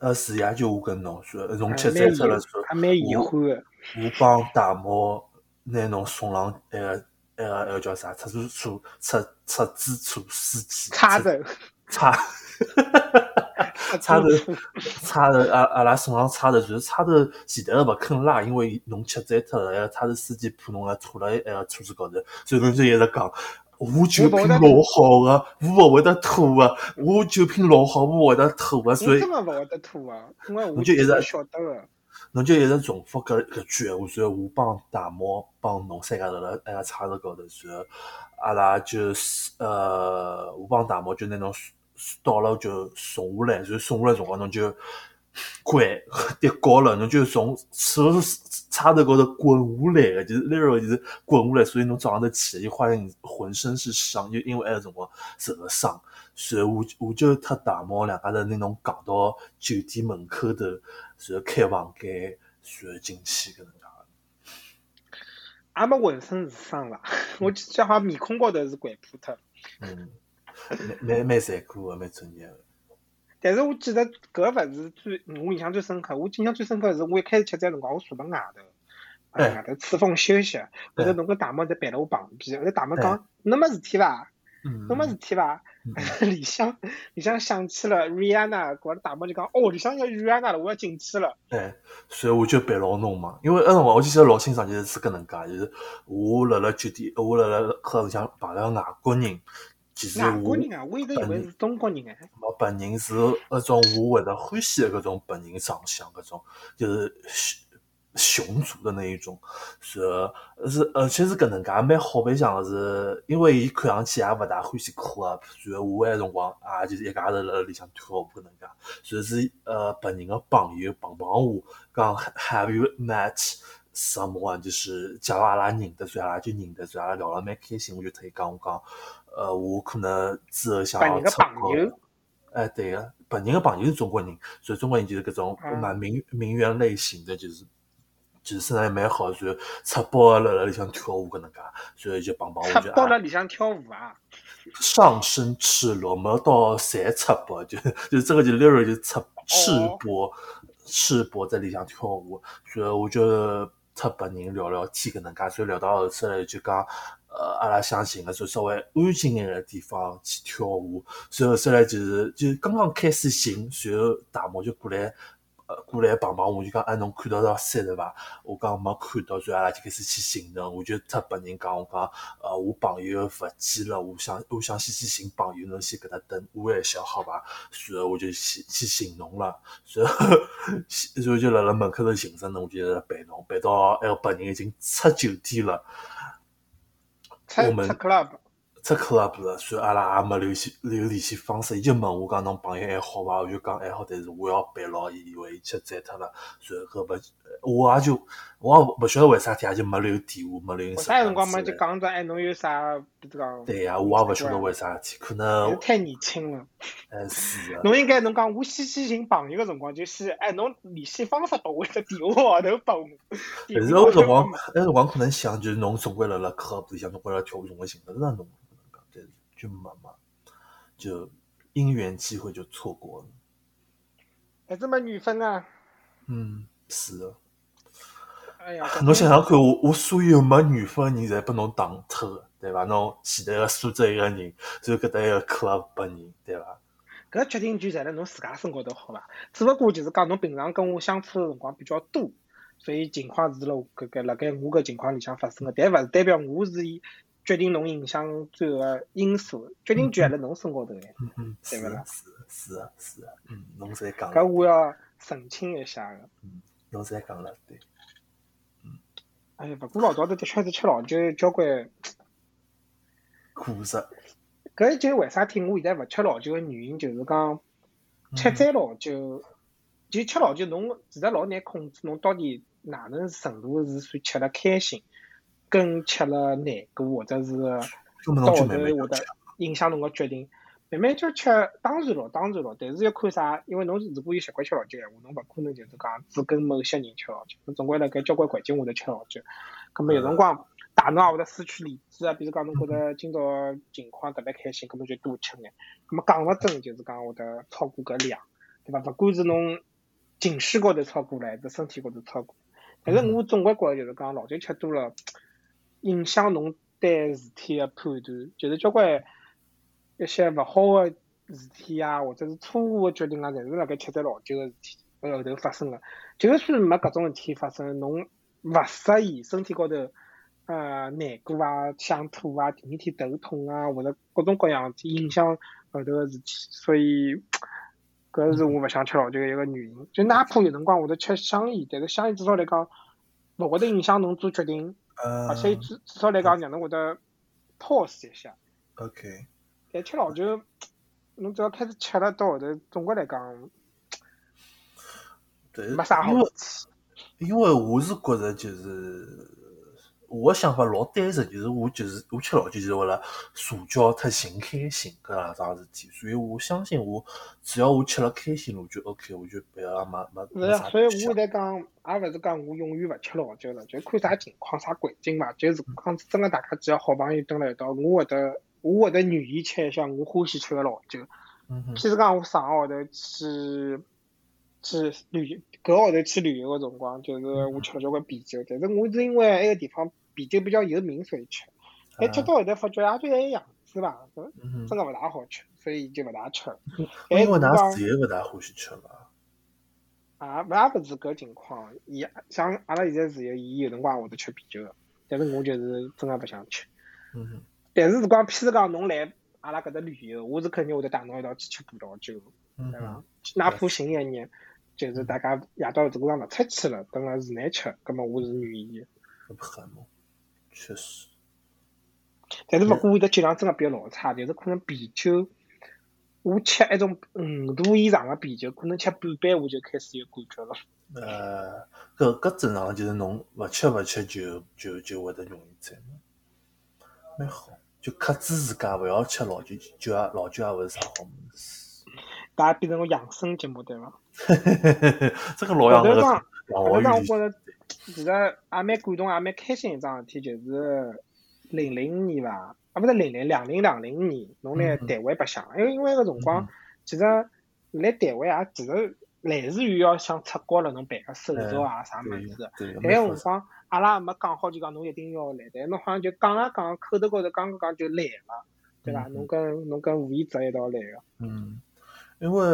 Speaker 2: 呃，是呀，就我跟侬说，侬
Speaker 1: 还
Speaker 2: 吃
Speaker 1: 哎蛮
Speaker 2: 醉
Speaker 1: 遗
Speaker 2: 脱了说，
Speaker 1: 还蛮遗憾个。
Speaker 2: 我帮大毛拿侬送上那个那个那个叫啥出租车出出租车司机
Speaker 1: 插
Speaker 2: 出
Speaker 1: 头，
Speaker 2: *laughs*
Speaker 1: *laughs*
Speaker 2: 差差头
Speaker 1: 出租车
Speaker 2: 差头阿阿拉送上差头，就是差头前头勿肯拉，因为侬吃醉脱了，那个差头司机怕侬个吐辣那个车子呃高头，所以侬就一直讲。我酒品老好个、我勿会得吐个、我酒品老好，我会得吐个、所
Speaker 1: *laughs* 我
Speaker 2: 以
Speaker 1: 根本勿会得吐个，因为我
Speaker 2: 你就一直
Speaker 1: 自己晓得个。
Speaker 2: 侬就一直重复搿搿句闲话，然后我帮大猫帮侬三家头辣埃个叉头高头，然后阿拉就是呃，我帮大猫就拿侬送到了就送下来，然后送下来辰光侬就滚跌高了，侬就从车叉头高头滚下来个，就是 literal 就是滚下来，所以侬早上头起来就发现浑身是伤，就因为埃个辰光受了伤。所以我就我就特大猫两家头拿侬戆到酒店门口头，然后开房间，然后进去搿能介。
Speaker 1: 也没浑身是伤啦， *laughs* 我记得好像面孔高头是掼破脱。
Speaker 2: 嗯，蛮蛮蛮残酷个，蛮专业个。
Speaker 1: 但是我记得搿勿是最我印象最深刻，我印象最深刻是我一开始吃醉辰光，我坐辣外头，
Speaker 2: 哎
Speaker 1: 啊外头吹风休息，后头
Speaker 2: 哎
Speaker 1: 侬跟大妈在陪辣我旁边，后头大妈
Speaker 2: 哎
Speaker 1: 讲侬没事体伐？
Speaker 2: 嗯，
Speaker 1: 侬没事体伐？ *laughs* 里向里向想起了 Rihanna，搿大妈就讲哦，里向要 Rihanna 了，我要进去了。
Speaker 2: 哎，所以我就陪牢侬嘛，因为那辰光我记得老清爽，就是是搿能介，就是我辣辣酒店，我辣辣客里向碰到外国人，其实
Speaker 1: 外
Speaker 2: 我
Speaker 1: 国人啊，我一直以为是中国人哎。
Speaker 2: 没白人是那种我会得欢喜的搿种白人长相，搿种就是雄雄族的那一种，是是而且是搿能介蛮好白相的是，因为伊看上去也勿大欢喜 club，然后我埃辰光也就是一家头辣里向跳舞搿能介，所以是呃白人的朋友碰碰我讲 Have you met？someone 就是假如阿拉认得，所以阿拉就认得，所以阿拉聊了蛮开心。我就特意讲，我讲，呃，我可能之后想
Speaker 1: 白人的
Speaker 2: 出
Speaker 1: 朋
Speaker 2: 国
Speaker 1: 友
Speaker 2: 哎，对个、白人个朋友是中国人，所以中国人就是搿种
Speaker 1: 嗯
Speaker 2: 蛮名名媛类型的，就是就是身材也蛮好，然后赤膊辣辣里向跳舞搿能介，所以就碰碰
Speaker 1: 赤
Speaker 2: 我就
Speaker 1: 膊
Speaker 2: 啊
Speaker 1: 辣里向跳舞啊，
Speaker 2: 上身赤裸，没到侪赤膊，就 *laughs* 就这个就 literal 就赤赤膊赤膊在里向跳舞，所以我就特白人聊聊天搿能介，所以聊到后头来就讲。呃，阿拉想寻个就稍微安静一点的地方去跳舞，然后后头来就是就刚刚开始寻，然后大毛就过来呃过来碰碰我，就讲啊侬看到道山对伐？我讲没看到，所以阿拉就开始去寻人，我就特拨人讲我讲呃我朋友勿见了，我想我想先去寻朋友，侬先搿搭等我一下好伐？然后我就去去寻侬了，然后 *laughs* 然后就辣辣门口头寻着侬，我就在那陪侬，陪到埃个白人已经出酒店了。
Speaker 1: 出
Speaker 2: 我们
Speaker 1: 出 club，
Speaker 2: 出 club 了，所以阿拉也没联系留联系方式。伊就问我讲侬朋友还好伐？我就讲哎还好，但是我要陪牢伊，万一吃醉脱了。然后搿勿，我也就我也勿晓得为啥体，也就没留电话，没留
Speaker 1: 我
Speaker 2: 人
Speaker 1: 啥
Speaker 2: 啥
Speaker 1: 辰光嘛就。讲着，哎，侬有啥，比如讲，
Speaker 2: 对呀、我也勿晓得为啥体，
Speaker 1: 还是
Speaker 2: 可能
Speaker 1: 太年轻了。
Speaker 2: 哎是的。
Speaker 1: 侬应该侬讲，我先去寻朋友个辰光，就先，哎，侬联系方式拨我，只电话号头拨我。
Speaker 2: 但 *laughs* 是
Speaker 1: 电话
Speaker 2: 我
Speaker 1: 号头拨
Speaker 2: 辰光
Speaker 1: 我，
Speaker 2: 那辰光可能想，就是侬总归辣辣 club 里向，侬归辣跳舞，总归寻得着侬，但是就没嘛，就因缘机会就错过了。
Speaker 1: 还是没缘分啊！
Speaker 2: 嗯，是的。
Speaker 1: 哎
Speaker 2: *laughs*
Speaker 1: 呀，
Speaker 2: 侬想想看，我我所有没缘分的人，侪被侬打脱的，对伐？侬前头个苏州一个人，然后搿搭一个 club 拨人，对伐？
Speaker 1: 搿决定权在辣侬自家身高头，好伐？只不过就是讲侬平常跟我相处的辰光比较多，所以情况是辣我搿个辣盖我搿情况里向发生的，但勿是代表我是伊决定侬影响最后个因素，决定权还辣侬身高头哎。
Speaker 2: 嗯嗯，是
Speaker 1: 对勿啦
Speaker 2: 的，是的，是的，是的，嗯，侬侪讲
Speaker 1: 搿
Speaker 2: 了，
Speaker 1: 我要澄清一下个。
Speaker 2: 侬侪讲了，对，
Speaker 1: 哎，勿过老早头的确是吃老酒交关，
Speaker 2: 故事，
Speaker 1: 搿就是为啥体我现在勿吃老酒个原因，就是讲
Speaker 2: 嗯
Speaker 1: 吃再老酒，就吃老酒侬其实老难控制，侬到底哪能程度是算吃了开心，跟吃了难过，或者是
Speaker 2: 那么
Speaker 1: 到
Speaker 2: 侬就
Speaker 1: 后头
Speaker 2: 慢慢
Speaker 1: 会
Speaker 2: 就
Speaker 1: 得影响侬个决定。慢慢叫吃，当然咯，当然咯，但是要看啥，因为侬如果有习惯吃老酒闲话，侬勿可能就是讲只跟某些人吃老酒，侬总归辣盖交关环境下头吃老酒。咁么有辰光大脑也会得失去理智啊，比如讲侬觉得今朝情况特别开心，咁么就多吃眼。咁么讲勿准就是讲会得超过搿量，对伐？勿管是侬情绪高头超过了，还是身体高头超过。但是我总归觉着就是讲老酒吃多了，影响侬对事体个判断，就是交关一些勿好个事体啊，或者是错误个决定啊，侪是辣盖吃醉老酒个事体呃后头发生个。就算没搿种事体发生，侬勿适宜身体高头呃难过啊、想吐啊、第二天头痛啊，或者各种各样去影响后头个事体，所以搿是我勿想吃老酒个一个原因。就哪怕有辰光会得吃香烟，但是香烟至少来讲勿会得影响侬做决定，
Speaker 2: 嗯
Speaker 1: 而且至至少来讲让侬会得 pause 一下。
Speaker 2: ，OK，
Speaker 1: 但吃老酒，侬只要开始吃了，到后头总归来讲
Speaker 2: 对，
Speaker 1: 没啥好
Speaker 2: 呃因为
Speaker 1: 事体。
Speaker 2: 因为我是觉着就是我的想法老单纯，就是我就是我吃老酒就是为了社交特寻开心搿样桩事体，所以我相信我只要我吃了开心了，我就 OK，我就别个没没
Speaker 1: 是
Speaker 2: 没啥
Speaker 1: 啊，所以我
Speaker 2: 想
Speaker 1: 现在讲，也勿是讲我永远勿吃老酒了，就看啥情况、啥环境嘛。就是
Speaker 2: 嗯
Speaker 1: 讲真个，大家几个好朋友蹲辣一道，我会得，我会得愿意吃一下我欢喜吃个老酒。
Speaker 2: 嗯哼
Speaker 1: 譬如讲，我上个号头去去旅游，搿个号头去旅游个辰光，就是
Speaker 2: 嗯
Speaker 1: 我吃了交关啤酒，但是我是因为埃个地方啤酒比较有名，所以吃。但吃到后头发觉也就埃个样子吧，
Speaker 2: 嗯
Speaker 1: 真
Speaker 2: 哼，
Speaker 1: 个勿大好吃，所以就勿大吃了。哎但
Speaker 2: 因
Speaker 1: 是
Speaker 2: 为
Speaker 1: 讲
Speaker 2: 㑚侪勿大欢喜吃伐？
Speaker 1: 啊，勿也勿是搿情况，伊像阿拉现在自由，伊有辰光也会得吃啤酒个，但是我就是真个勿想吃。
Speaker 2: 嗯哼，
Speaker 1: 但是如果譬如讲侬来阿拉搿搭旅游，我是肯定会得带侬一道去吃葡萄酒，
Speaker 2: 嗯
Speaker 1: 对伐
Speaker 2: 哼，？
Speaker 1: 哪怕寻一日，就是大家夜到如果讲勿出去了，蹲辣室内吃，葛末我是愿意的。
Speaker 2: 搿不很嘛，确实，
Speaker 1: 但是勿过我的酒量真个变老差，但是可能啤酒，我吃一种五度以上个啤酒，可能吃半杯我就开始有感觉了。
Speaker 2: 呃，搿搿正常，就是侬勿吃勿吃就就就会得容易醉嘛，蛮好，就克制自家勿要吃老酒，酒也老酒也勿是啥好物
Speaker 1: *laughs*
Speaker 2: 事。
Speaker 1: 大家变成个养生节目对伐？
Speaker 2: 这个老杨那
Speaker 1: 我
Speaker 2: 个
Speaker 1: 头上
Speaker 2: 养
Speaker 1: 我
Speaker 2: 老嗯
Speaker 1: 让我
Speaker 2: 院
Speaker 1: 觉着，其实也蛮感动，也蛮开心一桩事体，就是零零年伐，啊，勿是零零两零两零年，侬来
Speaker 2: 嗯嗯
Speaker 1: 台湾白相，因为因为个辰光
Speaker 2: 嗯，
Speaker 1: 其实来台湾也啊其实来自于要想出国了，侬办个手续啊啥物事的。
Speaker 2: 嗯对，
Speaker 1: 但个
Speaker 2: 没
Speaker 1: 辰
Speaker 2: 法
Speaker 1: 光，阿拉也没讲好，就讲侬一定要来，但侬好像就讲啊讲，口头高头讲讲讲就来了，对伐？
Speaker 2: 嗯嗯
Speaker 1: 侬跟侬跟吴一哲一道来个。
Speaker 2: 嗯，因为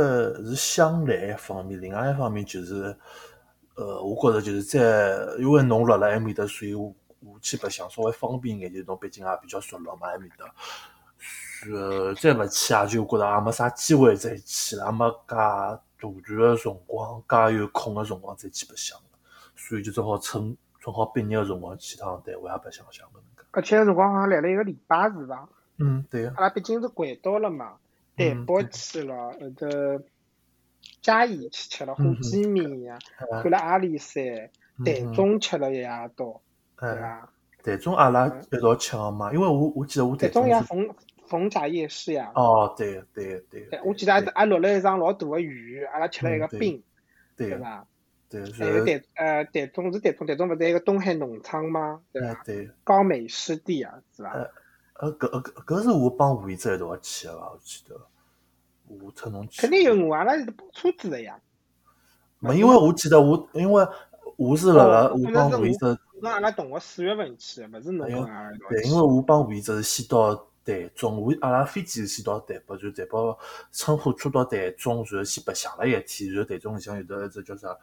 Speaker 2: 是相谈一方面，另外一方面就是，呃，我觉着就是在，因为侬辣辣埃面搭，所以我我去白相稍微方便一眼，就是侬毕竟也比较熟络嘛埃面搭。呃，再勿去也就觉着也没啥机会再去了，也没介大段个辰光，介有空个辰光再去白相了，所以就只好趁正好毕业个辰光去趟单位也白相相搿能介。
Speaker 1: 而且辰光好像来了一个礼拜是伐？
Speaker 2: 嗯，对个，
Speaker 1: 阿拉毕竟是掼到了嘛，台
Speaker 2: 嗯
Speaker 1: 北去了，后头嘉义去吃了火鸡面呀，
Speaker 2: 嗯
Speaker 1: 看了阿里山，台
Speaker 2: 嗯
Speaker 1: 中啊吃了一夜到，对
Speaker 2: 哎，
Speaker 1: 伐？
Speaker 2: 台中阿拉
Speaker 1: 嗯
Speaker 2: 一道吃个嘛，因为我我记得我
Speaker 1: 台
Speaker 2: 台
Speaker 1: 中
Speaker 2: 中
Speaker 1: 呀
Speaker 2: 是
Speaker 1: 逢逢甲夜市呀，
Speaker 2: 哦，对个，对个，对个。
Speaker 1: 对，我记得还
Speaker 2: 对嗯
Speaker 1: 还落了一场老大个雨，阿拉吃了一个冰，
Speaker 2: 对
Speaker 1: 对
Speaker 2: 个，
Speaker 1: 伐？
Speaker 2: 对哎个，
Speaker 1: 还有
Speaker 2: 是，
Speaker 1: 台呃台中是台中，台中勿是有一个东海农场吗？对
Speaker 2: 哎
Speaker 1: 伐？
Speaker 2: 对个，
Speaker 1: 高美湿地啊，是伐？
Speaker 2: 呃搿搿搿搿是我帮吴一哲一道去个伐？我记得，我特侬去。
Speaker 1: 肯定有我，阿拉是包车子的呀。
Speaker 2: 没，因为我记得我，因为我是辣辣
Speaker 1: 哦
Speaker 2: 我帮吴一哲，
Speaker 1: 我跟阿拉同学四月份去的，勿是侬啊跟阿拉一道
Speaker 2: 哎对，
Speaker 1: 去。
Speaker 2: 因为我帮吴一哲是先到台中，我阿拉飞机是先到台北，就台北乘火车到台中，然后先白相了一天，然后台中里向有得一只叫啥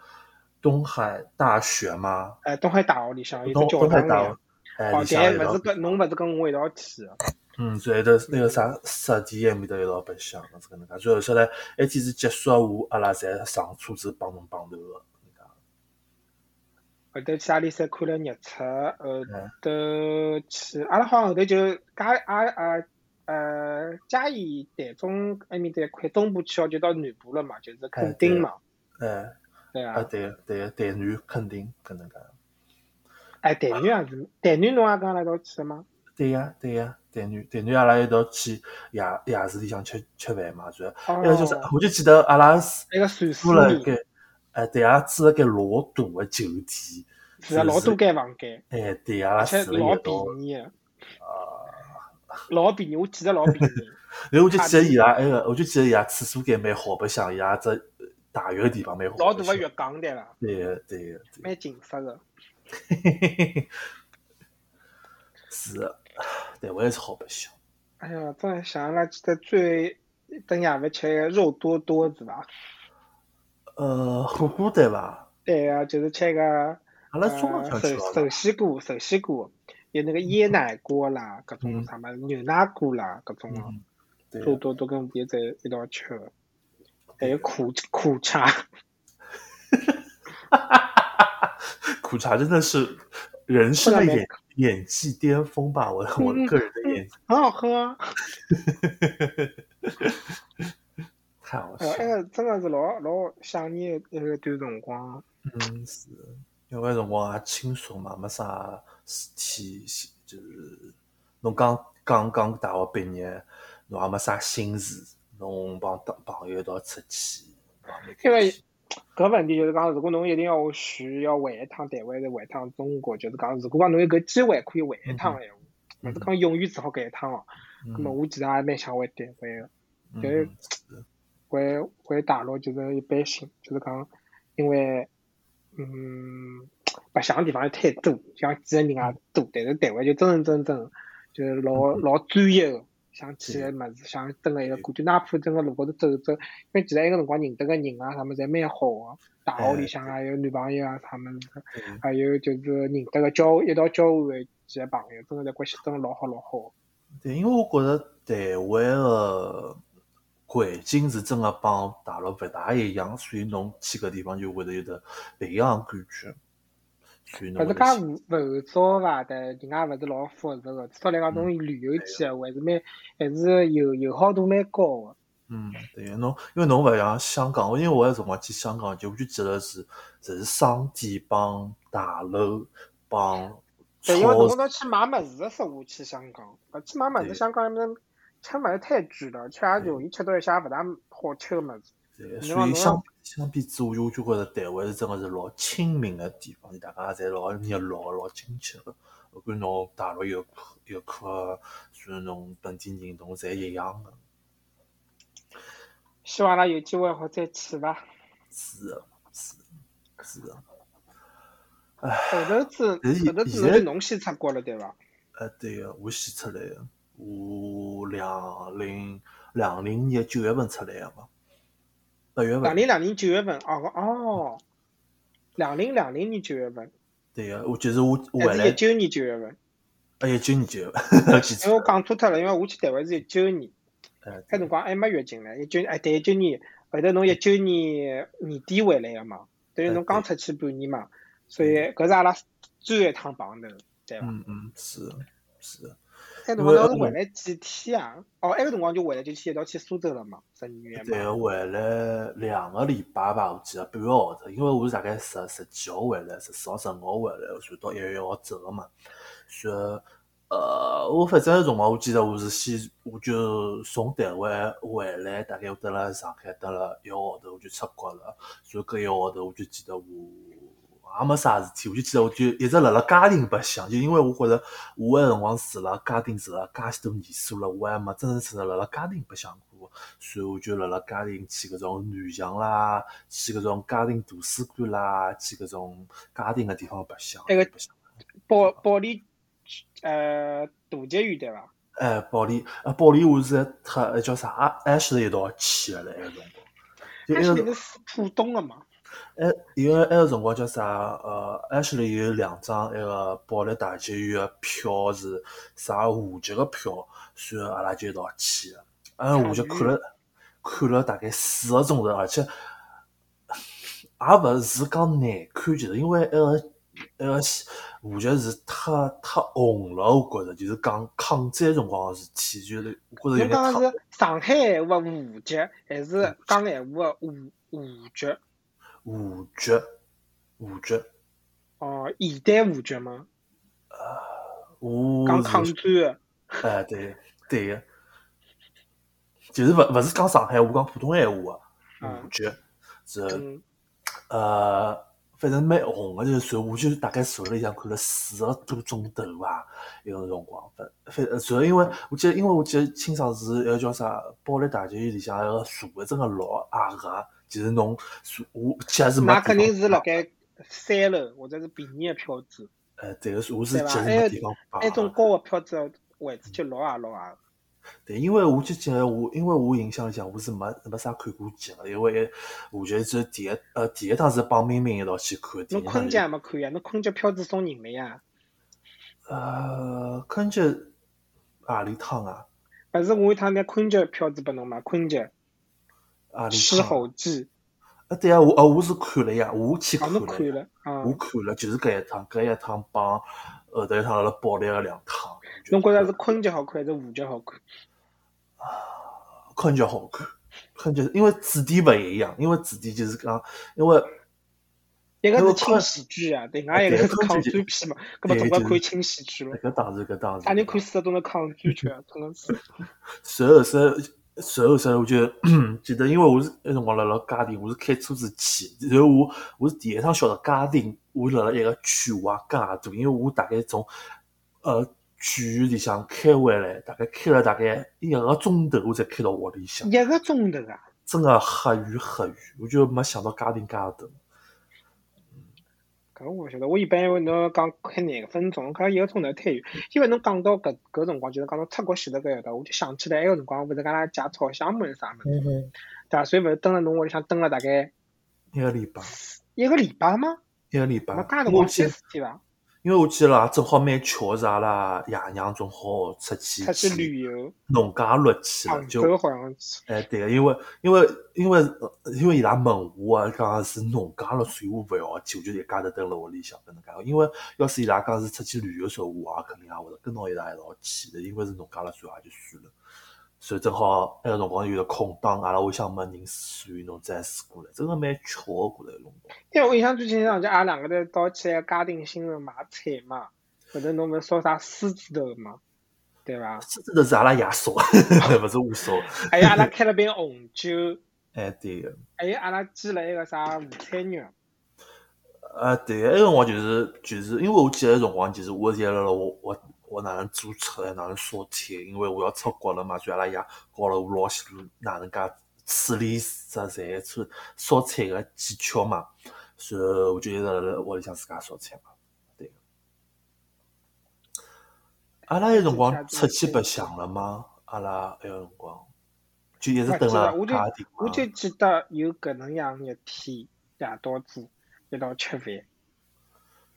Speaker 2: 东海大学嘛，
Speaker 1: 呃，东海大学里向有
Speaker 2: 东
Speaker 1: 个教
Speaker 2: 东海
Speaker 1: 堂
Speaker 2: 大学
Speaker 1: 的，，
Speaker 2: 哎，
Speaker 1: 哦
Speaker 2: 里，向
Speaker 1: 但
Speaker 2: 有
Speaker 1: 勿
Speaker 2: 道
Speaker 1: 是跟侬勿是跟我一道去的，
Speaker 2: 嗯，所以头那个啥实体埃面搭一道白相，是搿能介。最后晓得埃天哎是结束我阿拉侪上车子帮侬碰头个，啊
Speaker 1: 后头去阿里山看了日出，后
Speaker 2: 嗯
Speaker 1: 头去阿拉好像后头就加阿呃呃嘉义台中埃面搭一块东部区哦，就到南部了嘛，就是垦丁嘛，
Speaker 2: 哎，
Speaker 1: 对
Speaker 2: 啊
Speaker 1: 伐？
Speaker 2: 对个对个，台南肯定搿能介。
Speaker 1: 哎，台南也是，台南侬也跟阿拉一道去的吗？
Speaker 2: 对呀对呀，台南台南阿拉一道去夜夜市里向吃吃饭嘛，主要
Speaker 1: 哦
Speaker 2: 还，有哎就是我就记得阿拉是
Speaker 1: 那个陕西
Speaker 2: 住了一
Speaker 1: 面，
Speaker 2: 间，哎对阿拉住了间老大个酒店，
Speaker 1: 是啊的老多间房间。
Speaker 2: 哎对阿拉
Speaker 1: 而且
Speaker 2: 住了啊一
Speaker 1: 老
Speaker 2: 道。
Speaker 1: 便宜的，老便宜，我记得老便
Speaker 2: *laughs*
Speaker 1: 宜。
Speaker 2: 然后我就记得伊拉埃个，我就记得伊拉厕所间蛮好白相，伊拉只呃洗浴个地方蛮好白相。
Speaker 1: 老大个浴缸对伐？
Speaker 2: 对个，对个，对
Speaker 1: 蛮紧实的。
Speaker 2: 个，是个，台湾还是好白相。
Speaker 1: 哎呀，突然想阿拉记得最等夜饭吃个肉多多是伐？
Speaker 2: 呃，火锅对伐？
Speaker 1: 对啊，就是吃个
Speaker 2: 阿拉中浪
Speaker 1: 呃
Speaker 2: 向
Speaker 1: 手
Speaker 2: 去了
Speaker 1: 手
Speaker 2: 啦。
Speaker 1: 西锅、手西锅，有那个椰奶锅啦，各种
Speaker 2: 嗯
Speaker 1: 啥么牛奶锅啦，各种啊，
Speaker 2: 嗯，对
Speaker 1: 肉
Speaker 2: 个，
Speaker 1: 多多跟别在一道吃的，还
Speaker 2: 对
Speaker 1: 有
Speaker 2: 个
Speaker 1: 苦苦茶。
Speaker 2: 苦茶真的是人生的
Speaker 1: 后来没
Speaker 2: 演演技巅峰吧？我我
Speaker 1: 嗯
Speaker 2: 个人的演技
Speaker 1: 很好喝啊！
Speaker 2: 太好
Speaker 1: 哎
Speaker 2: 笑
Speaker 1: 呦，
Speaker 2: 了。
Speaker 1: 那个真的是老老想念那个段辰光啊。
Speaker 2: 嗯，是，因为辰光也轻松嘛，没啥事体，就是侬刚刚刚大学毕业，侬也没啥心事，侬帮搭朋友一道出去，
Speaker 1: 因为搿问题就是讲，如果侬一定要选，要回一趟台湾，还是回一趟中国，就是讲，如果讲侬有搿机会可以回一趟个闲话，勿是讲永远只好搿一趟哦。
Speaker 2: 嗯
Speaker 1: 那么我其实也蛮想回台湾个，
Speaker 2: 嗯
Speaker 1: 就是回回大陆就是一般性，就是讲，因为嗯，白相个地方也太多，想见个人也啊多，但是台湾就真真正正就是老老专业个。想去个物事，想蹲个一个感觉，哪怕蹲个路高头走走，因为其实埃个辰光认得个人啊啥么子，侪蛮好个。大学里向啊，有男朋友啊啥么子，
Speaker 2: 嗯
Speaker 1: 还有就是认得个交一道交换的几个朋友，真的在关系真的老好老好。
Speaker 2: 对，因为我觉着台湾个环境是真个帮大陆勿大一样，所以侬去搿地方就会得有得勿一样个感觉。所以侬
Speaker 1: 勿
Speaker 2: 会
Speaker 1: 是
Speaker 2: 得
Speaker 1: 讲
Speaker 2: 去
Speaker 1: 浮浮躁伐的，人家勿是老复杂个，至少来讲
Speaker 2: 嗯
Speaker 1: 侬旅游去个话，还是蛮还是友友好度蛮高啊个。
Speaker 2: 嗯，对，侬因为侬勿像香港，因为我有辰光去香港，就我就记得是，只是商店帮大楼帮
Speaker 1: 对，因为
Speaker 2: 超
Speaker 1: 侬
Speaker 2: 市，
Speaker 1: 侬去买物事个时候去香港，勿去买物
Speaker 2: 对
Speaker 1: 事香港那边吃物事太贵了，吃也容易吃到一些勿大好吃个物事。
Speaker 2: 对
Speaker 1: 侬
Speaker 2: 所以
Speaker 1: 侬
Speaker 2: 相相比之下，我就觉着台湾是真个是老亲民个地方，大家侪老热络、老亲切个。勿管侬大陆游客、游客，所以侬本地人，侬侪一样个。
Speaker 1: 希望阿拉有机会好再去伐。
Speaker 2: 是的，是的，是的。
Speaker 1: 后头子
Speaker 2: 但是
Speaker 1: 后头子
Speaker 2: 现
Speaker 1: 侬
Speaker 2: 在
Speaker 1: 就侬先出国了对伐？
Speaker 2: 呃，对个，我先出来个，我两零两零年九月份出来个嘛。八月
Speaker 1: 两
Speaker 2: 份。
Speaker 1: 零两零九月份，哦哦，两零两零年九月份，
Speaker 2: 对个，我就是我我
Speaker 1: 还
Speaker 2: 回
Speaker 1: 是一
Speaker 2: 来，
Speaker 1: 九年九月份？
Speaker 2: 哎呀，九年 *laughs* 九，记
Speaker 1: 因为
Speaker 2: 错
Speaker 1: 哎我
Speaker 2: 了。
Speaker 1: 讲错脱了，因为我去台湾是一九年，
Speaker 2: 哎，
Speaker 1: 那辰光还没月经呢，一九哎对一九年，后头侬一九年年底回来个嘛，等于侬刚出去半年嘛，所以搿是阿拉最后一趟碰头，对伐？
Speaker 2: 嗯嗯，是的是的，
Speaker 1: 那辰光当时回来几天啊？哦，埃个辰光就回来就去一道去苏州了嘛，十二月
Speaker 2: 对
Speaker 1: 嘛。
Speaker 2: 哦个，回来两个礼拜吧，我记得半个号头，因为我是大概十十几号回来，十四号、十五号回来，然到一月一号走个嘛。所以，呃，我反正辰光我记得我是先，我就从台湾回来，大概我蹲辣上海蹲了一个号头，我就出国了。所以搿一个号头我就记得我也没啥事体，我就记得我就一直辣辣家庭白相，就因为我觉着我个辰光住辣家庭住辣介许多年数了，我还没真真正正辣辣家庭白相过，所以我就辣辣家庭去搿种南翔啦，去搿种家庭图书馆啦，去搿种家庭个地方白相。
Speaker 1: 那个
Speaker 2: 白相
Speaker 1: 保保利，呃，大剧院对伐？
Speaker 2: 哎，保利啊，保利我是和叫啥阿 H 一道去个嘞，埃个辰光。就
Speaker 1: 它
Speaker 2: 埃个辰
Speaker 1: 是是浦东的嘛？
Speaker 2: 哎，因为埃个辰光叫啥？呃，Ashley 有两张埃个保利大剧院个票是啥户籍个票，所以阿拉就一道去个。俺户籍看了看了大概四个钟头，而且也勿是讲难看，就是因为埃个埃个戏户籍是太太红了，我觉着就是讲抗战辰光个事体，就是我觉着有
Speaker 1: 侬
Speaker 2: 眼
Speaker 1: 讲
Speaker 2: 太
Speaker 1: 的是上海闲话沪剧，还是讲闲话的沪沪剧？
Speaker 2: 户籍户籍，
Speaker 1: 哦，现代沪剧吗？
Speaker 2: 我
Speaker 1: 讲
Speaker 2: 是
Speaker 1: 抗战的，
Speaker 2: 哎，对对个，就是勿勿是讲上海话，讲普通闲话啊个
Speaker 1: 嗯
Speaker 2: 五级是
Speaker 1: 嗯，
Speaker 2: 呃，反正蛮红个，就是随我就大概坐了一下看了四个多钟头伐，有个辰光，反反然后因为我记得，因为我记得清爽是一个叫啥保利大剧院里向一个座位真个老矮个，就是侬坐我脚是没
Speaker 1: 那
Speaker 2: 地方
Speaker 1: 肯定是辣盖三楼或者是便宜的票子，
Speaker 2: 哎，对个，我是
Speaker 1: 对吧
Speaker 2: 脚是
Speaker 1: 哎
Speaker 2: 没地方摆
Speaker 1: 埃种
Speaker 2: 个。
Speaker 1: 高的票子位置就老啊矮老矮。
Speaker 2: 对，因为我就记得我，因为我印象里向我是没没啥看过剧个，因为我就是第一呃第一趟是帮明明一道去看，第
Speaker 1: 侬
Speaker 2: 二趟
Speaker 1: 昆
Speaker 2: 就
Speaker 1: 剧还没看呀？侬昆剧票子送人了呀？
Speaker 2: 呃看见阿里趟啊，
Speaker 1: 勿是我一趟拿昆剧票子拨侬嘛？昆剧《
Speaker 2: 阿里
Speaker 1: 狮
Speaker 2: 趟
Speaker 1: 吼记
Speaker 2: 啊对啊，我啊我是看了呀，我去》
Speaker 1: 啊，
Speaker 2: 看
Speaker 1: 侬
Speaker 2: 了
Speaker 1: 看
Speaker 2: 呀，
Speaker 1: 了啊
Speaker 2: 我？看了，就是搿一趟，搿一趟帮后头一趟辣辣保利个两趟，
Speaker 1: 侬觉着是昆剧好看还是沪剧好看？
Speaker 2: 看就好看，看就因为主题勿一样，因为主题就是讲因为。
Speaker 1: 一个
Speaker 2: 因为
Speaker 1: 是轻
Speaker 2: 昆
Speaker 1: 喜剧啊，另外一个是
Speaker 2: 对
Speaker 1: 抗
Speaker 2: 昆
Speaker 1: 战
Speaker 2: 剧
Speaker 1: 片嘛，搿么总归
Speaker 2: 对就是
Speaker 1: 看轻喜剧了。
Speaker 2: 搿当然，搿当然。
Speaker 1: 啥人看四个钟头抗战剧啊？真的是。
Speaker 2: 随后随后随后随后我就记得，因 *clears throat* 为我是那辰光辣辣嘉定，我是开车子去，然后我我是第一趟晓得嘉定，我辣辣一个啊区哇介大，因为我大概从呃剧院里向开回来，大概开了大概一个钟头，我才开到屋里向，
Speaker 1: 一个钟头啊！
Speaker 2: 真个黑雨黑雨，我就没想到嘉定介大。
Speaker 1: 搿我勿晓得，我一般因为侬讲快廿分钟，搿一个钟头太远。因为侬讲到搿搿辰光，就是讲到出国前头搿一道，我就想起来埃个辰光勿是讲阿拉姐炒香么是啥物事，
Speaker 2: 嗯
Speaker 1: 对伐？所以勿是蹲辣侬屋里向蹲了大概
Speaker 2: 一个礼拜，
Speaker 1: 一个礼拜吗？
Speaker 2: 一个礼拜
Speaker 1: 没介，
Speaker 2: 因
Speaker 1: 辰
Speaker 2: 为我
Speaker 1: 光
Speaker 2: 记
Speaker 1: 些
Speaker 2: 得，
Speaker 1: 事体伐？
Speaker 2: 因为我记得啦，正好蛮巧是阿拉爷娘正好出去
Speaker 1: 出去旅游，
Speaker 2: 农家乐去了，
Speaker 1: 杭
Speaker 2: 就
Speaker 1: 州好像是。
Speaker 2: 哎，对个，因为因为因为呃因为伊拉问我啊，讲是农家乐，所以我勿要去，哦我就一家头蹲辣屋里向搿能介。因为要是伊拉讲是出去旅游时候，我也肯定也会得跟牢伊拉一道去的，因为是农家乐，所以也就算了。所以正好埃个辰光有了空档，阿拉屋里向没人，所以侬再试过来，真个蛮巧个过来辰光。
Speaker 1: 因为我印象最清爽就阿拉两个头到去嘉定新城买菜嘛，后头侬勿是烧啥狮子头嘛，对伐？
Speaker 2: 这真的是阿拉爷 *laughs* 烧，勿是我烧。
Speaker 1: 还有阿拉开了瓶红酒，
Speaker 2: 哎，对个。
Speaker 1: 还有阿拉煎了一个啥午餐肉。
Speaker 2: 啊，对，埃个辰光就是就是，因为我记得辰光就是我现在辣辣我我我哪能注册，哪能烧菜，因为我要出国了嘛，所以阿拉爷教了我老许多哪能介处理啥菜、处烧菜个技巧嘛，所以我就一直辣辣屋里向自家烧菜嘛，对。阿拉有辰光出去白相了吗？阿拉埃个辰光就一直
Speaker 1: 我
Speaker 2: 蹲
Speaker 1: 记得，
Speaker 2: 辣
Speaker 1: 啊我就
Speaker 2: 家地
Speaker 1: 我
Speaker 2: 方。
Speaker 1: 就记得有搿能样一天，夜到子一道吃饭，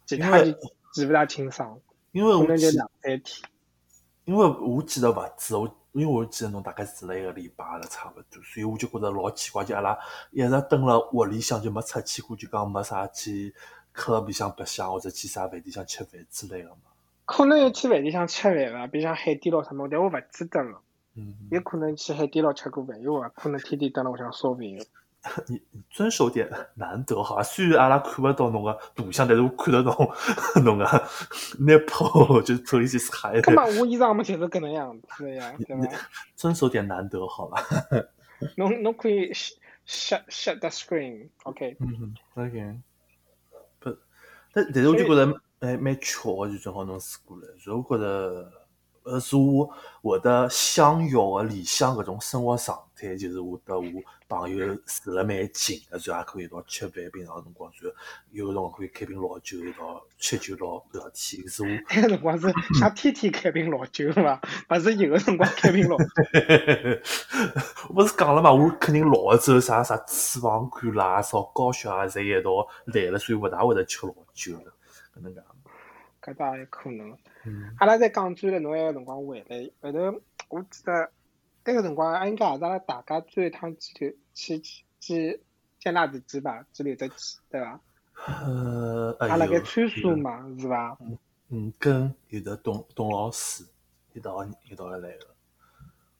Speaker 1: 其他
Speaker 2: 因为
Speaker 1: 就记勿大清爽，
Speaker 2: 因为
Speaker 1: 可
Speaker 2: 我
Speaker 1: 能就
Speaker 2: 记，
Speaker 1: 两三天。
Speaker 2: 因为我记得勿止，我因为我记得侬大概住了一个礼拜了，差勿多，所以我就觉着老奇怪，就阿拉一直蹲辣屋里向就没出去过，就讲没啥去 club 里向白相或者去啥饭店向吃饭之类的嘛。
Speaker 1: 可能有去饭店上吃饭吧，比如像海底捞什么，但我勿记得了。
Speaker 2: 嗯，
Speaker 1: 有可能去海底捞吃过饭，因为我勿可能天天蹲辣屋里向烧饭。
Speaker 2: *laughs* 你你遵守点 *laughs* 难得哈，虽然阿拉看勿到侬个图像，但是我看得到 *laughs* 侬个 nipple，就是 *laughs* 头里去晒一
Speaker 1: 那
Speaker 2: 点
Speaker 1: 么，我衣裳嘛就是搿能样子的
Speaker 2: *laughs*
Speaker 1: 呀，对伐？
Speaker 2: 遵守点难得好吧？
Speaker 1: 侬侬可以 shut shut shut the screen，OK？
Speaker 2: 嗯，OK，不，但但是我就觉着哎蛮巧的，就正好侬试过来，所以我觉着呃是我会得想要个理啊想搿种生活状态，就是我搭我朋友住了蛮近的，然后也可以一道吃饭，平常辰光然后有辰光可以开瓶老酒一道吃酒老聊天，是我。 *laughs*
Speaker 1: 那个辰光是想天天开瓶老酒伐？勿是有个辰光开瓶老酒，
Speaker 2: 我不是讲了嘛，我肯定老了之后啥啥脂肪肝啦、啥高血压侪一道来了，所以勿大会得吃老酒了，搿能介。
Speaker 1: 搿倒有可能。
Speaker 2: 嗯
Speaker 1: 阿拉在讲转了，侬埃个辰光回来，后头我记得那个辰光应该也是阿拉大家最后一趟去去去去见辣子鸡吧，去刘德记对伐？
Speaker 2: 呃，
Speaker 1: 阿
Speaker 2: 阿
Speaker 1: 拉该川苏嘛是伐？
Speaker 2: 嗯，跟有的董董老师一道一道来个，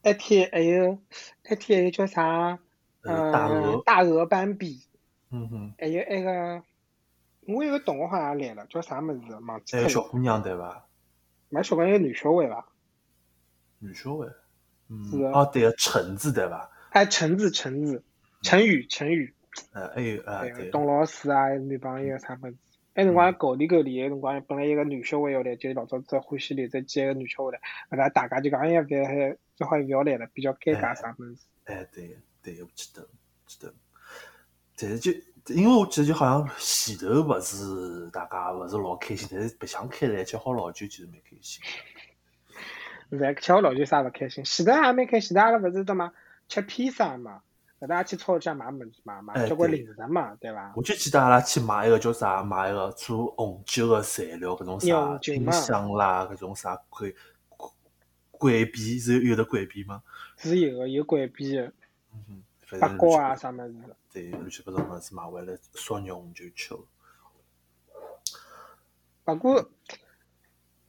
Speaker 1: 那天还有那天还有叫啥？
Speaker 2: 呃，大
Speaker 1: 呃
Speaker 2: 鹅，
Speaker 1: 大鹅斑比，
Speaker 2: 嗯哼，
Speaker 1: 还有那个，我有个同学好像也来了，叫啥么子忘记脱
Speaker 2: 还哎有小
Speaker 1: 了。
Speaker 2: 姑娘对伐？
Speaker 1: 蛮小朋友女小孩伐？
Speaker 2: 女小孩，
Speaker 1: 是啊
Speaker 2: 嗯，
Speaker 1: 的
Speaker 2: 哦对个，橙子对伐？
Speaker 1: 哎，橙子，橙子，陈宇，陈宇，
Speaker 2: 呃，还有啊
Speaker 1: 哎
Speaker 2: 对，，
Speaker 1: 董老师啊，女朋友啥么子？那辰光搞里搞里，那辰光本来一个女小孩要来，就是老早子欢喜刘在接一个女小孩来，后来大家就讲，哎呀，不要，还最好勿要来了，比较尴尬啥么子。
Speaker 2: 哎，对对，我记得记得，但是就因为我记得就好像前头勿是大家勿是老开心，但是白相开来吃好老酒，其实蛮开心。
Speaker 1: 现在吃我老酒啥勿开心，前头也蛮开心，前头阿拉勿是的嘛，吃披萨嘛，后头也去超市买物事嘛，买
Speaker 2: 哎
Speaker 1: 交关
Speaker 2: 对
Speaker 1: 零食嘛，对伐？
Speaker 2: 我就记得阿拉去买一个叫啥，买一个做红酒的材料，搿种啥
Speaker 1: 酿酒
Speaker 2: 冰
Speaker 1: 嘛
Speaker 2: 箱啦，搿种啥桂桂桂皮是有的桂皮吗？
Speaker 1: 是有个有关闭个，
Speaker 2: 嗯哼，反
Speaker 1: 八
Speaker 2: 正
Speaker 1: 角
Speaker 2: 乱
Speaker 1: 啊
Speaker 2: 七
Speaker 1: 啥么子。
Speaker 2: 八，对，乱七八糟物事买回来烧肉红酒吃了。
Speaker 1: 勿过，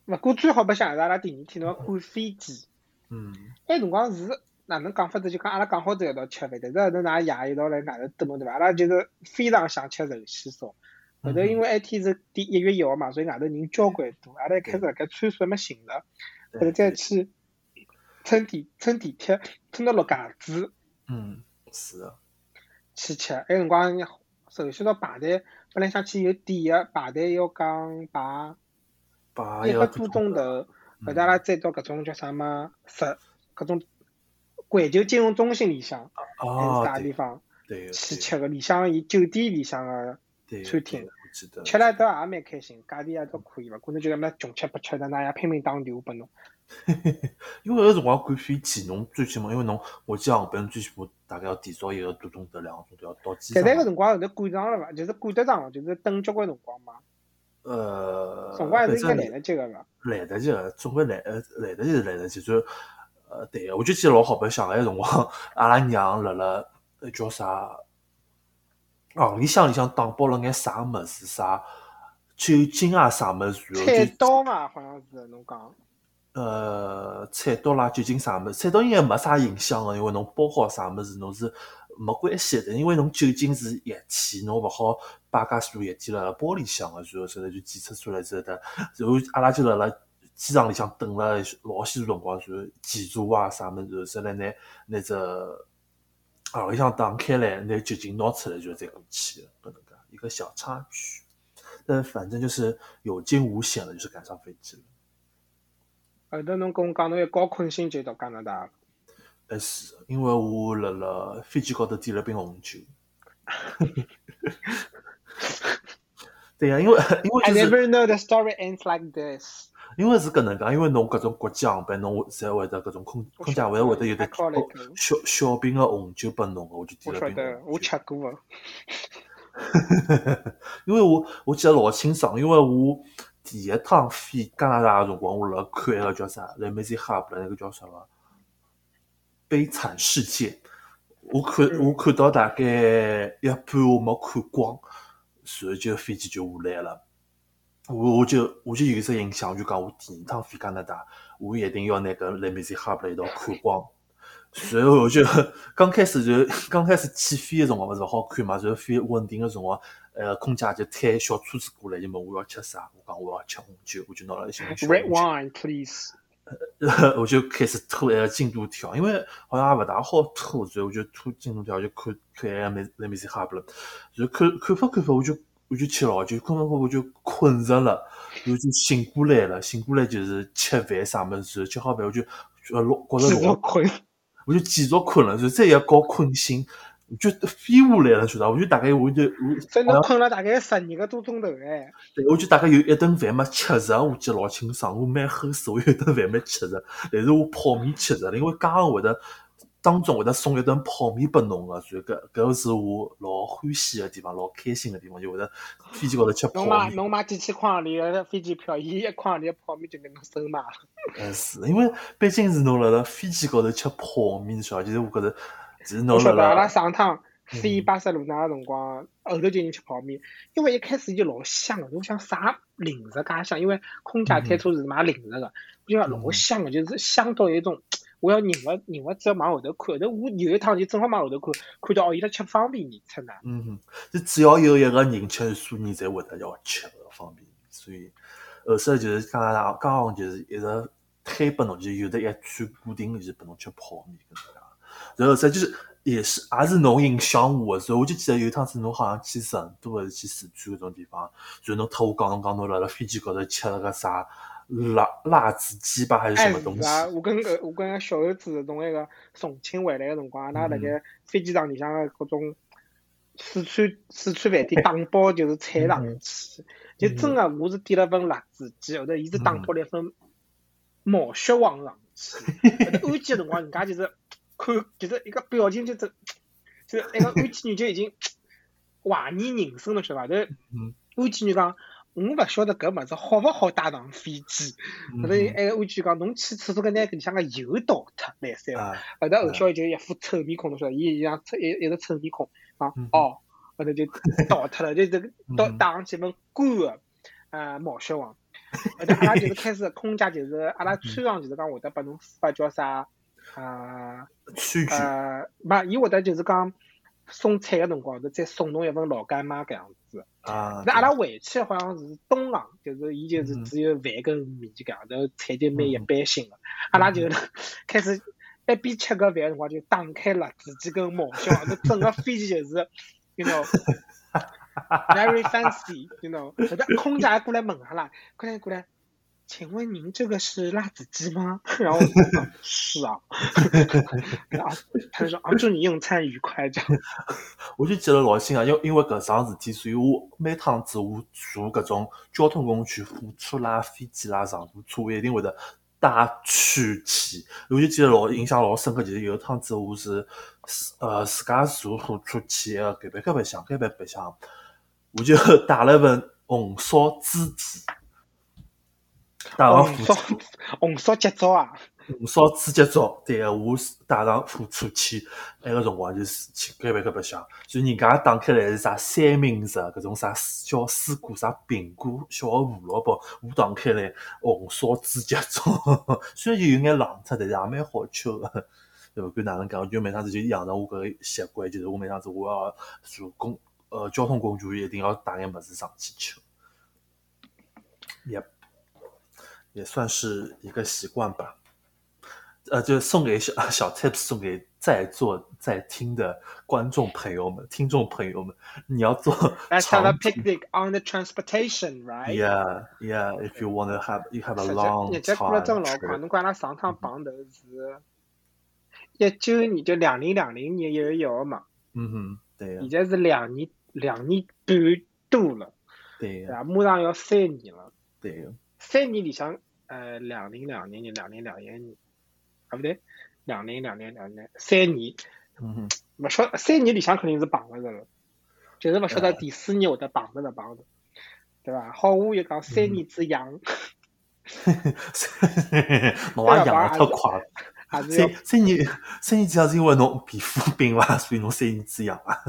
Speaker 1: 勿过最好白相还是阿拉第二天侬要赶飞机。
Speaker 2: 嗯，
Speaker 1: 埃辰光是哪能讲法子？就讲阿拉讲好头一道吃饭，但是后头㑚爷一道来外头等侬对伐？阿拉就是非常想吃寿喜烧。后头因为埃天是第一月一号嘛，所以外头人交关多，阿拉一开始辣盖川蜀还没寻着，后头
Speaker 2: 对
Speaker 1: 再
Speaker 2: 对
Speaker 1: 去乘地乘地铁乘到陆家嘴
Speaker 2: 嗯，是的，
Speaker 1: 去吃。埃辰光寿喜烧排队，本来想去有点个排队要讲排。
Speaker 2: 把
Speaker 1: 一
Speaker 2: 个
Speaker 1: 个多钟头，后头
Speaker 2: 嗯
Speaker 1: 阿拉再到搿种叫啥么十搿种环球金融中心里向还是
Speaker 2: 哦，
Speaker 1: 啥地
Speaker 2: 对
Speaker 1: 方
Speaker 2: 对
Speaker 1: 去
Speaker 2: 对
Speaker 1: 吃个里向伊酒店里向个
Speaker 2: 对，
Speaker 1: 餐
Speaker 2: 对
Speaker 1: 厅
Speaker 2: 我记得
Speaker 1: 吃了倒也蛮开心，价钿也倒可以伐？可能就搿么穷吃不吃的，那也拼命打电话拨侬。
Speaker 2: 因为搿辰光赶飞机，侬最起码因为侬我记得航班最起码大概要提早一个多钟头、两个钟头要到机
Speaker 1: 但
Speaker 2: 场。
Speaker 1: 那个辰光后头赶上了伐？就是赶得上了，就是等交关辰光嘛。
Speaker 2: 呃，
Speaker 1: 辰光还是应该
Speaker 2: 反
Speaker 1: 来得
Speaker 2: 正
Speaker 1: 及个伐？
Speaker 2: 来得及的，总归来呃来得及是来得及，就呃对个，我就记得老好白相，埃个辰光阿拉娘辣辣呃叫啥行李箱里向打包了眼啥物事，啥酒精啊啥物事，然后
Speaker 1: 菜
Speaker 2: 就
Speaker 1: 刀嘛，好像是侬讲。
Speaker 2: 呃，菜刀啦、酒精啥物事，菜刀应该没啥影响个，因为侬包好啥物事，侬是没关系的。因为侬酒精是液体，侬勿好把介许多液体辣辣包里向个，然后现在就检测出来之后的，然后阿拉就辣辣机场里向等了老许多辰光，然后检查啊啥物事，然后再来拿拿只行里向打开来，拿酒精拿出来，然后再过去的，搿能介一个小插曲。但反正就是有惊无险了，就是赶上飞机了。
Speaker 1: 后头侬跟我讲侬一高困醒就到加拿大了，
Speaker 2: 呃，是的，因为我辣辣飞机高头点了瓶红酒，对呀、因为因为
Speaker 1: I
Speaker 2: 就是
Speaker 1: never know the story ends like this.
Speaker 2: 因为是搿能介，因为侬搿种国际航班，侬侪会得搿种空空姐会得会得有得
Speaker 1: I call it too.
Speaker 2: 小小瓶个红酒拨侬个，我就
Speaker 1: 我
Speaker 2: 点了
Speaker 1: 晓
Speaker 2: 瓶
Speaker 1: 得，
Speaker 2: 红
Speaker 1: 我
Speaker 2: 酒。
Speaker 1: 吃过的。
Speaker 2: *laughs* 因为我我记得老清爽，因为我第一趟飞加拿大个辰光，我辣看一个叫啥，来梅西哈布那个叫什么《悲惨世界》，我看
Speaker 1: 嗯
Speaker 2: 我看到大概一半我没看光，然后就飞机就下来了。我我就我就有一只印象，我就讲我第二趟飞加拿大，我一定要拿搿来梅西哈布一道看光。然后我就 *laughs* 刚开始就 *laughs* 刚开始起飞的辰光勿是勿好看嘛，然后飞稳定的辰光，呃，空姐就推小车子过来，就问我要吃啥，我讲我要吃红酒，我就拿了一瓶小
Speaker 1: Red
Speaker 2: 红酒。
Speaker 1: wine, please.
Speaker 2: 我就开始吐一个进度条，因为好像也勿大好吐，所以我就吐进度条，就看看埃梅那梅西哈布了，然后看看法看法，我就我就去了，就看法看法我就困着了，然后就醒过来了，醒过来就是吃饭啥么子，吃好饭我就呃老觉
Speaker 1: 是
Speaker 2: 着
Speaker 1: 我
Speaker 2: 老
Speaker 1: 困。
Speaker 2: 我就继续困了，所以再也搞困醒，我就飞下来了，晓得伐？我就大概我就
Speaker 1: 所
Speaker 2: 我
Speaker 1: 以侬困了大概十二个多钟头哎。
Speaker 2: 对我就大概有一顿饭没吃着，我记得老清爽，我蛮后死，我有一顿饭没吃着，但是我泡面吃着了，因为家长会得当中会得送一顿泡面拨侬个，所以搿搿是我老欢喜个地方，老开心个地方，就会得飞机高头吃泡
Speaker 1: 侬买
Speaker 2: 面。
Speaker 1: 侬买几千块行钿的飞机票，伊一块行钿的泡面就给侬收买了。
Speaker 2: 嗯，是因为毕竟是侬辣辣飞机高头吃泡面，晓得伐？其实我觉着，其实
Speaker 1: 我
Speaker 2: 侬
Speaker 1: 晓
Speaker 2: 辣
Speaker 1: 得阿拉
Speaker 2: 辣
Speaker 1: 上趟飞巴塞罗那个辰光，后头就已经吃泡面，因为一开始就老香个，我想啥零食介香，因为空姐推车是卖零食个，我就讲老香个，就是香到有一种。我要认个认个，只要往后头看。后头我有一趟就正好往后头看，看到哦，伊拉吃方便面吃呢。
Speaker 2: 嗯哼，就只要有一个人吃，所有人侪会得要吃搿个方便面。所以后首就是加拿大，加上就是一直推拨侬，就有的一餐固定就是拨侬吃泡面搿能介。然后实际就是也是也是侬影响我的，所以我就记得有一趟子侬好像去成都还是去四川搿种地方，然后侬特我讲侬讲侬辣辣飞机高头吃了个啥辣辣子鸡巴还是什
Speaker 1: 哎
Speaker 2: 么
Speaker 1: 是
Speaker 2: 东西？
Speaker 1: 啊，我跟个我跟个小猴子从那个重庆回来个辰光，阿
Speaker 2: 嗯
Speaker 1: 拉辣盖飞机场里向个各种四川四川饭店打包就是
Speaker 2: 嗯
Speaker 1: 菜上去，就真个我是点了份辣子鸡，后头伊是
Speaker 2: 嗯
Speaker 1: 打包了一份毛血旺上
Speaker 2: *laughs*
Speaker 1: 去，后头安检个辰光人家就是看就是一个表情就是就是那个安检员就已经怀疑人生了晓得伐？
Speaker 2: 嗯
Speaker 1: 头安检员讲。我勿晓得搿物事好勿好带上飞机，后头
Speaker 2: 嗯
Speaker 1: 还有安全讲，侬去厕所搿拿搿里向个油倒脱，来塞伐？
Speaker 2: 啊，
Speaker 1: 后头后小就一副臭面孔，侬晓得，伊一样臭一一直臭面孔，讲
Speaker 2: 嗯
Speaker 1: 哦，后头就倒脱了，就这个倒
Speaker 2: 嗯
Speaker 1: 打上去一份干个，呃，毛血旺。后头阿拉就是开始，空姐就是阿拉穿上就是讲会得拨侬发叫啥，啊
Speaker 2: 川剧
Speaker 1: 呃，没，伊会得就是讲送菜个辰光，就再送侬一份老干妈搿样子。
Speaker 2: 啊，
Speaker 1: 那阿拉回去好像是东航，就是伊就是
Speaker 2: 嗯
Speaker 1: 只有饭跟面搿样，然后菜就蛮一般性个。阿
Speaker 2: 嗯
Speaker 1: 拉就开始 *laughs* 一边吃个饭的辰光就打开辣子鸡跟毛小，那整个飞机就是，you
Speaker 2: *laughs*
Speaker 1: know 。Very fancy，you know。后头空姐还过来问阿拉，过来过来，请问您这个是辣子鸡吗？ *laughs* 然后我们说是啊， *laughs* 然后他就说啊，祝你用餐愉快这样。
Speaker 2: 我就记得老清啊，因为因为搿桩事体，所以我每趟子我坐搿种交通工具，火车啦、飞机啦、长途车，我一定会得带餐去。我就记得老印象老深刻，就是有一趟子我是呃自家坐火车去呃搿边搿边想搿边白相，我就带了份红烧猪蹄，带上
Speaker 1: 红
Speaker 2: 火
Speaker 1: 烧
Speaker 2: 车。
Speaker 1: 红烧节奏啊！
Speaker 2: 红烧猪脚粥，对个，我是带上火车去，那个辰光就是去搿边搿白相，就人家打开来是啥三明治，搿种啥小水果、啥苹果、小胡萝卜，我打开来红烧猪脚粥， *laughs* 虽然就有眼冷脱，但是也蛮好吃个。对勿管哪能讲，我就每趟子就养成我搿个习惯，就是我每趟子我要坐公呃交通工具一定要带眼物事上去吃，也也算是一个习惯吧。呃，就送给小小 tips，送给在座在听的观众朋友们、听众朋友们，你要做
Speaker 1: Let's have a
Speaker 2: 长
Speaker 1: picnic on the transportation, right?
Speaker 2: Yeah, yeah. If you want to have, you
Speaker 1: *laughs*
Speaker 2: have a
Speaker 1: 实
Speaker 2: long
Speaker 1: 际日脚过了真
Speaker 2: time
Speaker 1: 老快，
Speaker 2: trip. 嗯
Speaker 1: 侬看阿拉上趟碰头是一九年，就两零两零年一月一号嘛，
Speaker 2: 嗯哼，对呀、
Speaker 1: 现在是两年两年半多了。
Speaker 2: 对
Speaker 1: 对
Speaker 2: 个
Speaker 1: 伐？马上要三年了，
Speaker 2: 对个，
Speaker 1: 三年里向，呃，两零两零年、两零两一年，啊不对，两零两零两零三年，
Speaker 2: 嗯哼，
Speaker 1: 勿晓三年里向肯定是碰勿着了，就是勿晓
Speaker 2: 哎
Speaker 1: 得第四年会得碰勿着碰着，对伐？好，我就讲三年之痒，
Speaker 2: 嗯 *laughs* 侬也养得太快了。
Speaker 1: 还是要
Speaker 2: 三三年三年之痒是因为侬皮肤病伐，所以侬三年之痒伐？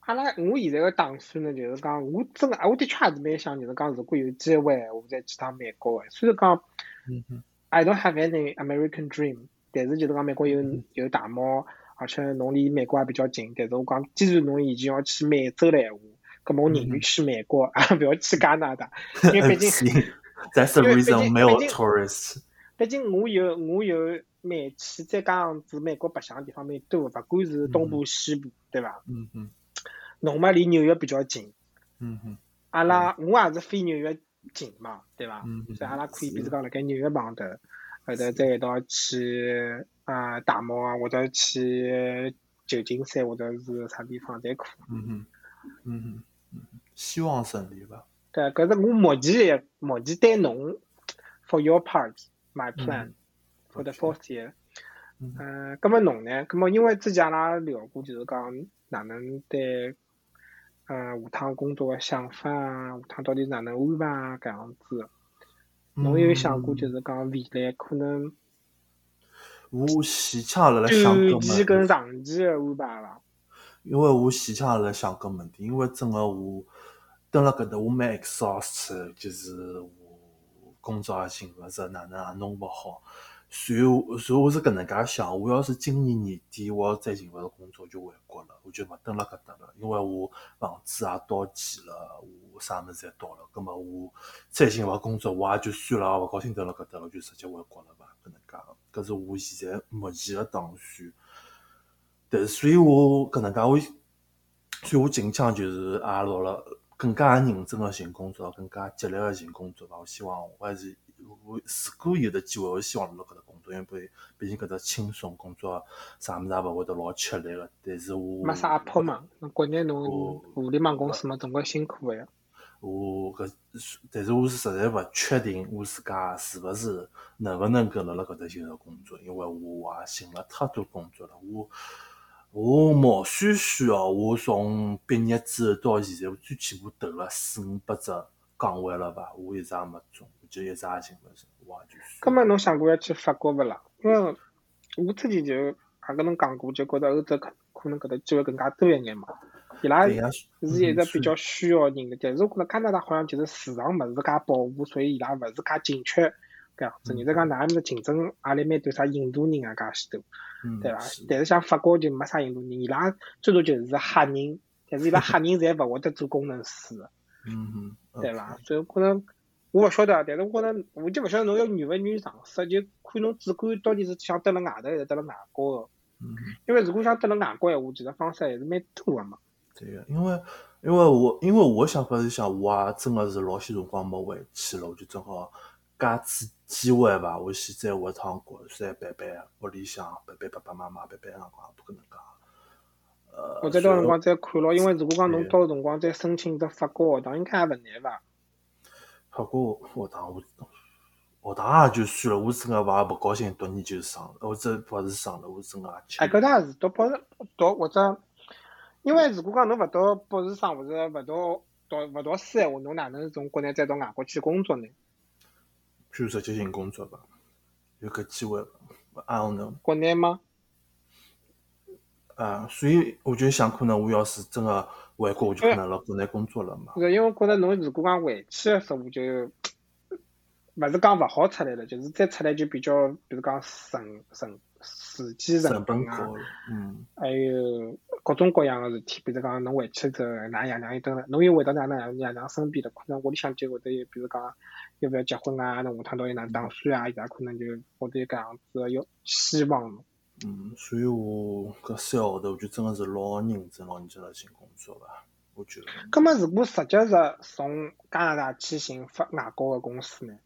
Speaker 1: 阿拉我现在个打算呢，就是讲，我真个，我的确还是蛮想，就是讲，如果有机会，我再去趟美国个。虽然讲
Speaker 2: 嗯 *laughs* 哼，
Speaker 1: I don't have any American dream，但是就是讲美国有有大猫，而且侬离美国也比较近。但是我讲，既然侬已经要去美洲了闲话，搿么我宁愿去美国，也勿要去加拿大，因为毕
Speaker 2: *laughs*
Speaker 1: 竟
Speaker 2: That's the
Speaker 1: 因为毕竟
Speaker 2: reason 没有
Speaker 1: 毕竟
Speaker 2: tourists。
Speaker 1: 毕竟我有我有美去，再加上子美国白相地方蛮多的，勿管是东部西部，对伐？
Speaker 2: 嗯哼，
Speaker 1: 侬嘛离纽约比较近，
Speaker 2: 嗯哼，
Speaker 1: 阿拉我也是飞纽约近嘛，对伐？
Speaker 2: 嗯哼，
Speaker 1: 所以阿拉可以，比如
Speaker 2: 是
Speaker 1: 讲辣盖纽约旁头，后头再一道去啊大漠啊，或者去旧金山，或者是啥地方侪可以。
Speaker 2: 嗯哼，嗯哼，嗯哼希望顺利伐？
Speaker 1: 对，搿是我目前的目前对侬 for your part my
Speaker 2: 嗯
Speaker 1: plan、for the fourth year。
Speaker 2: 嗯
Speaker 1: 呃，葛么侬呢？葛么因为之前阿拉聊过，就是讲哪能对，呃，下趟工作的想法啊，下趟到底哪能安排啊，搿样子。侬有
Speaker 2: 嗯
Speaker 1: 想过就是讲未来可能
Speaker 2: 我前腔辣辣想嗯搿
Speaker 1: 短
Speaker 2: 问
Speaker 1: 期跟
Speaker 2: 题，
Speaker 1: 长期的安排伐？
Speaker 2: 因为我前腔辣辣想搿问题，因为真个我蹲辣搿搭，我蛮 exhausted，就是我工作也寻勿着，哪能也弄勿好。所以我，所以我是搿能介想，我要是今年年底我要再寻勿着工作，就回国了，我就勿蹲辣搿搭了，因为我房子也到期了，我啥物事侪到了，葛末我再寻勿着工作，我也就算了，也勿高兴蹲辣搿搭了，我就直接回国了吧，搿能介，搿是我现在目前个打算。但是，所以我搿能介，我所以我近腔就是也落了更加认真个寻工作，更加激烈个寻工作吧。我希望我还是我如果有的机会，我希望落搿搭工作，因为毕毕竟搿搭轻松工作，啥物事也勿会得老吃力个。但是我
Speaker 1: 没啥压迫嘛，侬国内侬
Speaker 2: 我
Speaker 1: 互联网公司嘛，总归辛苦个呀。
Speaker 2: 我搿，但是我是实在勿确定我自家是勿是能勿能够辣辣搿搭寻到工作，因为我也寻了太多工作了。我我毛选选哦，我从毕业之后到现在，我最起码投了四五百只岗位了吧，我一直也没中，我就一直也寻勿着，我也就算
Speaker 1: 葛末侬想过要去法国勿啦？因为我之前就也跟侬讲过，就觉得欧洲可可能搿搭机会更加多一眼嘛。伊拉
Speaker 2: 对呀，
Speaker 1: 是一
Speaker 2: 嗯
Speaker 1: 直比较需要人的，但是我觉着加拿大好像就是市场勿是介饱和，所以伊拉勿是介紧缺搿样子。
Speaker 2: 嗯
Speaker 1: 你再讲哪能竞争压力蛮大，啥印度人啊介许多，
Speaker 2: 嗯
Speaker 1: 对伐
Speaker 2: 是？
Speaker 1: 但是像法国就没啥印度人，伊拉最多就是黑人，但是伊拉黑人侪勿会得做工程师，
Speaker 2: 嗯嗯，
Speaker 1: 对伐？所以可能我勿晓得，啊但是我觉着我就勿晓得侬要愿勿愿意尝试，就看侬主观到底是想蹲辣外头还是蹲辣外国个。
Speaker 2: 嗯？嗯。
Speaker 1: 因为如果想蹲辣外国闲话，其实方式还是蛮多个嘛。
Speaker 2: 对个，因为因为我因为我想法是想，我也真个是老些辰光没回去了，我就正好借此机会吧，我先再回趟国，再陪陪屋里向，陪陪爸爸妈妈，陪陪外公外婆搿能介。呃，
Speaker 1: 或者到
Speaker 2: 所以
Speaker 1: 辰光再看咯，因为如果讲侬
Speaker 2: 对
Speaker 1: 到辰光再申请只法国学堂，应该也勿难伐？
Speaker 2: 不过学堂我学堂也就算了，我真个勿勿高兴，读研究生，我这博士生了，我真个也吃
Speaker 1: 哎，搿搭是读博士读或者，因为如果讲侬勿读博士生或者勿读读勿读书闲话，侬哪能从国内再到外国去工作呢？
Speaker 2: 就直接寻工作吧，有搿机会伐，I don't know。
Speaker 1: 国内吗？
Speaker 2: 啊，所以我就想，可能我要是真个回国，我就可能辣国内工作了嘛。
Speaker 1: 是因为觉着侬如果讲回去个时候就，勿是讲勿好出来了，就是再出来就比较，比如讲成成时间
Speaker 2: 成
Speaker 1: 成
Speaker 2: 本
Speaker 1: 本
Speaker 2: 高
Speaker 1: 啊，
Speaker 2: 了，嗯，
Speaker 1: 还有各种各样个事体，比如讲侬回去之后，㑚爷娘一等了，侬又回到㑚娘爷娘身边了，可能屋里向就会得有，比如讲要勿要结婚啊，侬下趟到底哪能打算啊，伊拉可能就会得有搿样子个要希望了。
Speaker 2: 嗯，所以我搿三个号头，我就真个是老认真、老认真辣寻工作伐。我觉得，
Speaker 1: 葛末如果直接是从加拿大去寻法外国个公司呢？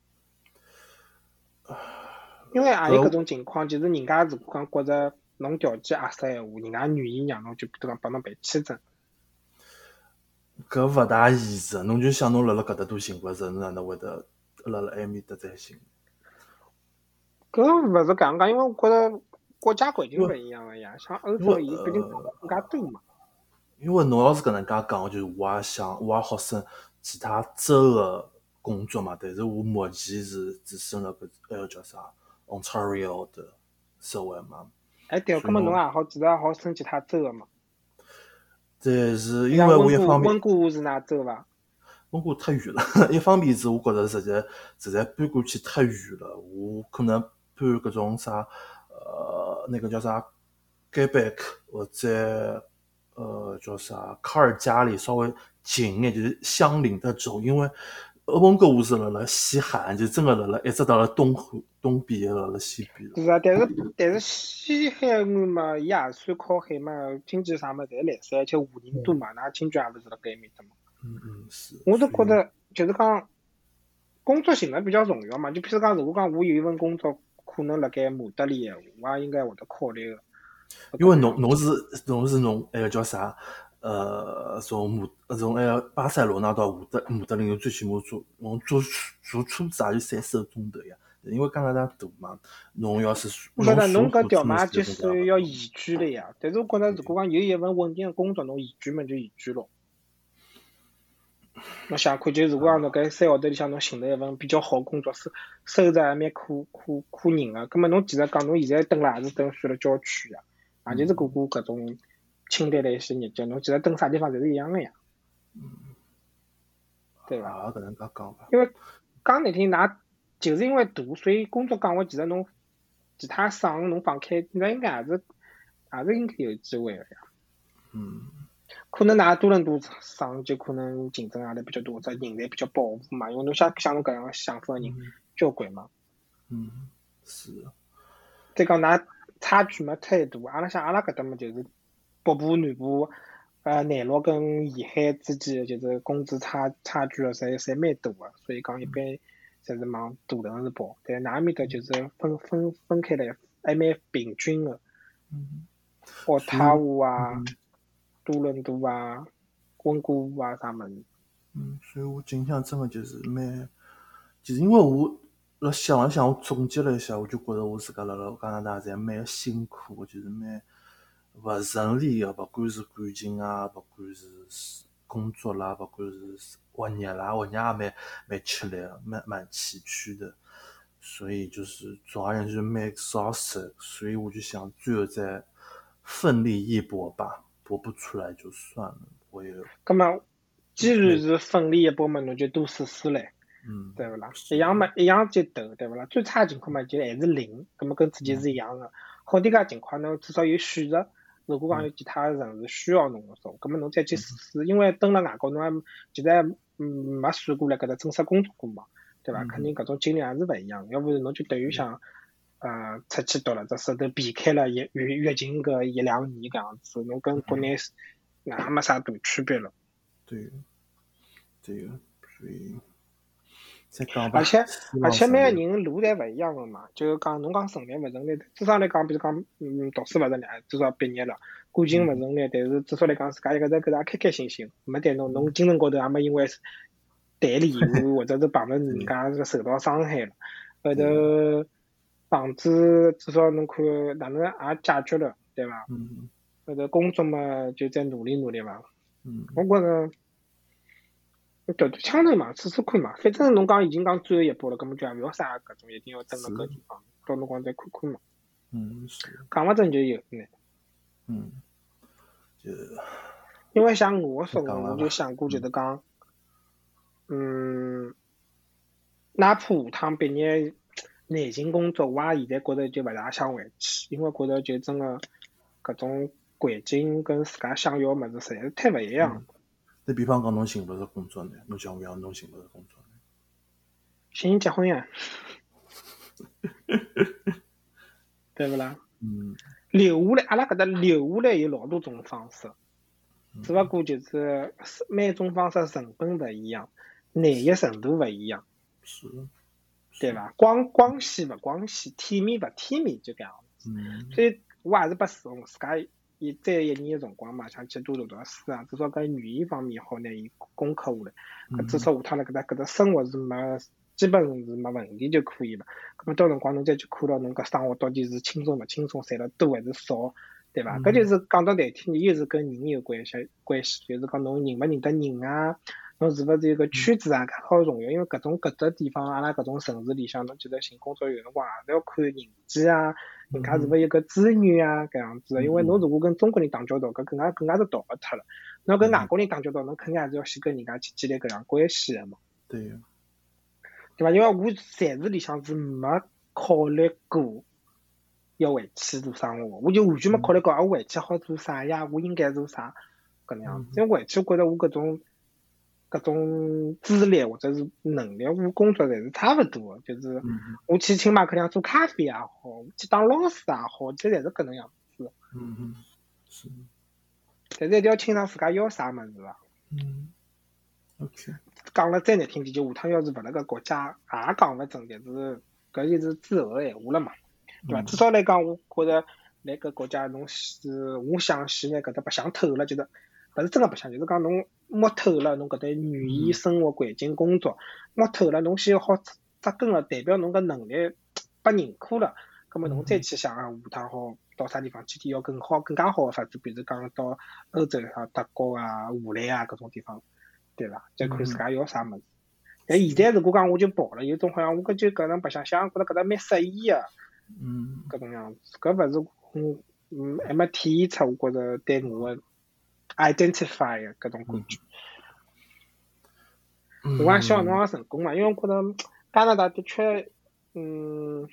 Speaker 1: 因为也有搿种情况，就是人家如果讲觉着侬条件合适闲话，人家愿意让侬就比如讲帮侬办签证。
Speaker 2: 搿勿大现实，侬就想侬辣辣搿搭多寻过，是哪能会得辣辣埃面搭再寻？
Speaker 1: 搿勿是搿样讲，因为我觉着国家环境勿一样了呀，像欧洲伊毕竟
Speaker 2: 呃
Speaker 1: 国家更加多嘛。
Speaker 2: 因为侬要是搿能介讲，就是我也想，我也好申其他州个工作嘛，但是我目前是只申了搿埃个叫啥 Ontario 的职位嘛。
Speaker 1: 哎，对，搿么侬也好，其实也好申其他州个嘛。
Speaker 2: 但是因
Speaker 1: 像
Speaker 2: 为我
Speaker 1: 温
Speaker 2: 一
Speaker 1: 哥
Speaker 2: 方面
Speaker 1: 温，哥是哪州伐？
Speaker 2: 温哥太远了， *laughs* 一方面是我觉着实在实在搬过去太远了，我可能搬搿种啥呃那个叫啥 Quebec 或者呃叫啥卡尔加里稍微近一眼，就是相邻的州，因为呃温哥华是辣辣西海岸，就真个辣辣一直到了东东边，辣辣西边了。
Speaker 1: 是啊，但是但是西海岸嘛，伊也算靠海嘛，经济啥么侪来塞，而且华人多嘛，㑚亲眷也勿是辣盖埃面搭嘛。
Speaker 2: 嗯嗯是。
Speaker 1: 我是
Speaker 2: 所以
Speaker 1: 觉得就是讲工作性质比较重要嘛。就譬如讲，如果讲我有一份工作可能辣盖马德里，我也应该会得考虑个。
Speaker 2: 因为侬侬是侬是侬那个叫啥？呃，从马呃从那个巴塞罗那到马德马德里，侬最起码坐侬坐坐车子也就三四个钟头呀。因为加拿大大嘛，侬要是
Speaker 1: 我
Speaker 2: 坐
Speaker 1: 觉得侬
Speaker 2: 坐
Speaker 1: 搿条嘛，
Speaker 2: 车
Speaker 1: 就
Speaker 2: 子也
Speaker 1: 是要宜居了呀。但是我觉着，如果讲有一份稳定的工作，侬宜居嘛就宜居咯。侬想看，就如果讲侬搿三号头里向侬寻了一份比较好的工作，收收入还蛮可可可人个，葛末侬其实讲侬现在蹲辣也是蹲算了郊区呀，也就是过过搿种清淡的一些日脚，侬其实蹲啥地方侪是一样个呀，对伐？
Speaker 2: 搿能介讲伐？
Speaker 1: 因为讲难听，㑚就是因为大，所以工作岗位其实侬其他省侬放开，那应该也是也是应该有机会个呀。
Speaker 2: 嗯，
Speaker 1: 可能㑚多伦多省就可能竞争压力比较大，或者人才比较饱和嘛，因为侬想像侬搿样想法个人交关嘛。
Speaker 2: 嗯，是。
Speaker 1: 再讲㑚差距没太大，阿拉像阿拉搿搭么就是北部、南部，呃，内陆跟沿海之间就是工资差差距了，侪侪蛮大个，所以讲一般侪是往大城市跑。但是㑚埃面搭就是分分分开来，还蛮平均个，
Speaker 2: 嗯
Speaker 1: 渥太华啊、多伦多啊、温哥华啊啥物事。
Speaker 2: 嗯，所以我近向真的就是蛮，就是因为我辣想了想，我总结了一下，我就觉得我自家辣辣加拿大侪蛮辛苦的，就是蛮勿顺利个，勿管是感情啊，勿管是工作啦，勿管是学业啦，学业也蛮蛮吃力的，蛮蛮崎岖的。所以就是总而言之蛮 exhausted，所以我就想最后再奋力一搏吧，搏不出来就算了，我也
Speaker 1: 葛末既然是奋力一搏嘛，侬就多试试唻。
Speaker 2: 嗯。
Speaker 1: 对勿啦？一样嘛，一样就投，对勿啦？最差的情况嘛，就还是零，葛么跟之前是一样的。好点介情况，侬至少有选择。如果讲有其他个城市需要侬个时候，葛么侬
Speaker 2: 嗯
Speaker 1: 再去试试，因为蹲辣外国侬还其实还嗯没试过辣搿搭正式工作过嘛，对伐？
Speaker 2: 嗯
Speaker 1: 肯定搿种经历也是勿一样，要不然侬就等于想，呃，出去读了，只手头避开了疫疫疫情搿一两年搿样子，侬跟国
Speaker 2: 嗯
Speaker 1: 内是哪没啥大区别了。
Speaker 2: 对，对个，所以再讲吧。
Speaker 1: 而且
Speaker 2: 希望
Speaker 1: 而且
Speaker 2: 是
Speaker 1: 每个人路侪勿一样个嘛，就是讲侬讲顺利勿顺利，至少来讲，比如讲，嗯，读书勿顺利，至少毕业了，感
Speaker 2: 嗯
Speaker 1: 情勿顺利，但是至少来讲，自家一个在搿搭开开心心，没对侬侬精神高头也没因为谈恋
Speaker 2: *laughs*
Speaker 1: 爱或者是碰着
Speaker 2: 嗯
Speaker 1: 人家是受到伤害了，后头房子至少侬看哪能也解决了，对伐？
Speaker 2: 嗯
Speaker 1: 后头工作嘛，就再努力努力伐。
Speaker 2: 嗯
Speaker 1: 我觉着，调调腔头嘛，试试看嘛。反正侬讲已经讲最后一步了，根本就也勿要啥搿种，一定要蹲辣搿地方，到辰光再看看嘛。
Speaker 2: 嗯是
Speaker 1: 讲勿准就有呢。
Speaker 2: 嗯，就
Speaker 1: 因为像我说，
Speaker 2: 嗯讲了
Speaker 1: 我
Speaker 2: 嘛
Speaker 1: 就想过就是讲，嗯，哪怕下趟毕业内勤工作，我也现在觉着就勿大想回去，因为觉着就真个搿种环境跟自家想要个物事实在是太勿一样了。
Speaker 2: 那比方讲侬寻勿着工作呢，侬想勿想侬寻勿着工作呢？
Speaker 1: 寻结婚呀， *laughs* 对勿啦？
Speaker 2: 嗯
Speaker 1: 留下来，阿拉搿搭留下来有老多种方式，只勿过就是是每种方式成本勿一样，难易程度勿一样，
Speaker 2: 是，
Speaker 1: 对伐？光光鲜勿光鲜，体面勿体面，就搿样。
Speaker 2: 嗯
Speaker 1: 所以我还是把自自家伊再一年个辰光嘛，想去多读读书啊，至少搿语言方面好拿伊攻克下来。
Speaker 2: 嗯
Speaker 1: 搿至少下趟辣搿搭搿搭生活是没，基本是没问题就可以了。搿么到辰光侬再去看到侬搿生活到底是轻松勿轻松，赚了多还是少，对伐？
Speaker 2: 嗯
Speaker 1: 搿就是讲到难听点，又是跟人有关系关系，就是讲侬认勿认得人啊。侬是勿是有个圈子啊？搿好重要，因为搿种搿只地方，阿拉搿种城市里向，侬记得寻工作有辰光也是要看人际啊，人家是勿是有个资源啊，搿样子的。因为侬如果跟中国人打交道，搿更加更加是逃勿脱了。侬跟外国人打交道，侬肯定还是要先跟人家去建立搿样关系的嘛，
Speaker 2: 对个，
Speaker 1: 对伐？因为我暂时里向是没考虑过要回去做生活，我就完全没考虑过，啊我回去好做啥呀？我应该做啥？搿能样子，因为回去我觉着我搿种搿种资历或者是能力，我工作侪是差勿多的，就是。
Speaker 2: 嗯
Speaker 1: 我去星巴克里向做咖啡也好，我去当老师也好，这侪是搿能样子。
Speaker 2: 嗯嗯，是，
Speaker 1: 但是一定要清爽自家要啥物事啊。
Speaker 2: 嗯，OK，
Speaker 1: 讲了再难听点，就下趟要是勿辣搿国家，也讲勿准。但是搿就是之后个闲话了嘛，对伐？
Speaker 2: 嗯
Speaker 1: 至少来讲，我觉着辣搿国家侬是，我想先拿搿搭白相透了，就是勿是真个白相，就是讲侬摸透了侬搿搭语言、生活环境、工作摸透了，侬先好扎扎根了，代表侬搿能力被认可了。葛末侬再去想啊，下趟好到啥地方去，体要更好、更加好个发展，比如讲到欧洲啊、德国啊、荷兰啊搿种地方，对伐？再看自家要啥物事。但现在如果讲我就跑了，有种好像我搿就搿能白相相，觉着搿搭蛮适意个
Speaker 2: 嗯
Speaker 1: 搿种样子，搿勿是嗯嗯还没体现出我觉着对我个 identify 个搿种感觉。
Speaker 2: 嗯，
Speaker 1: 我也希望侬也成功嘛，因为我觉着加拿大的确，嗯，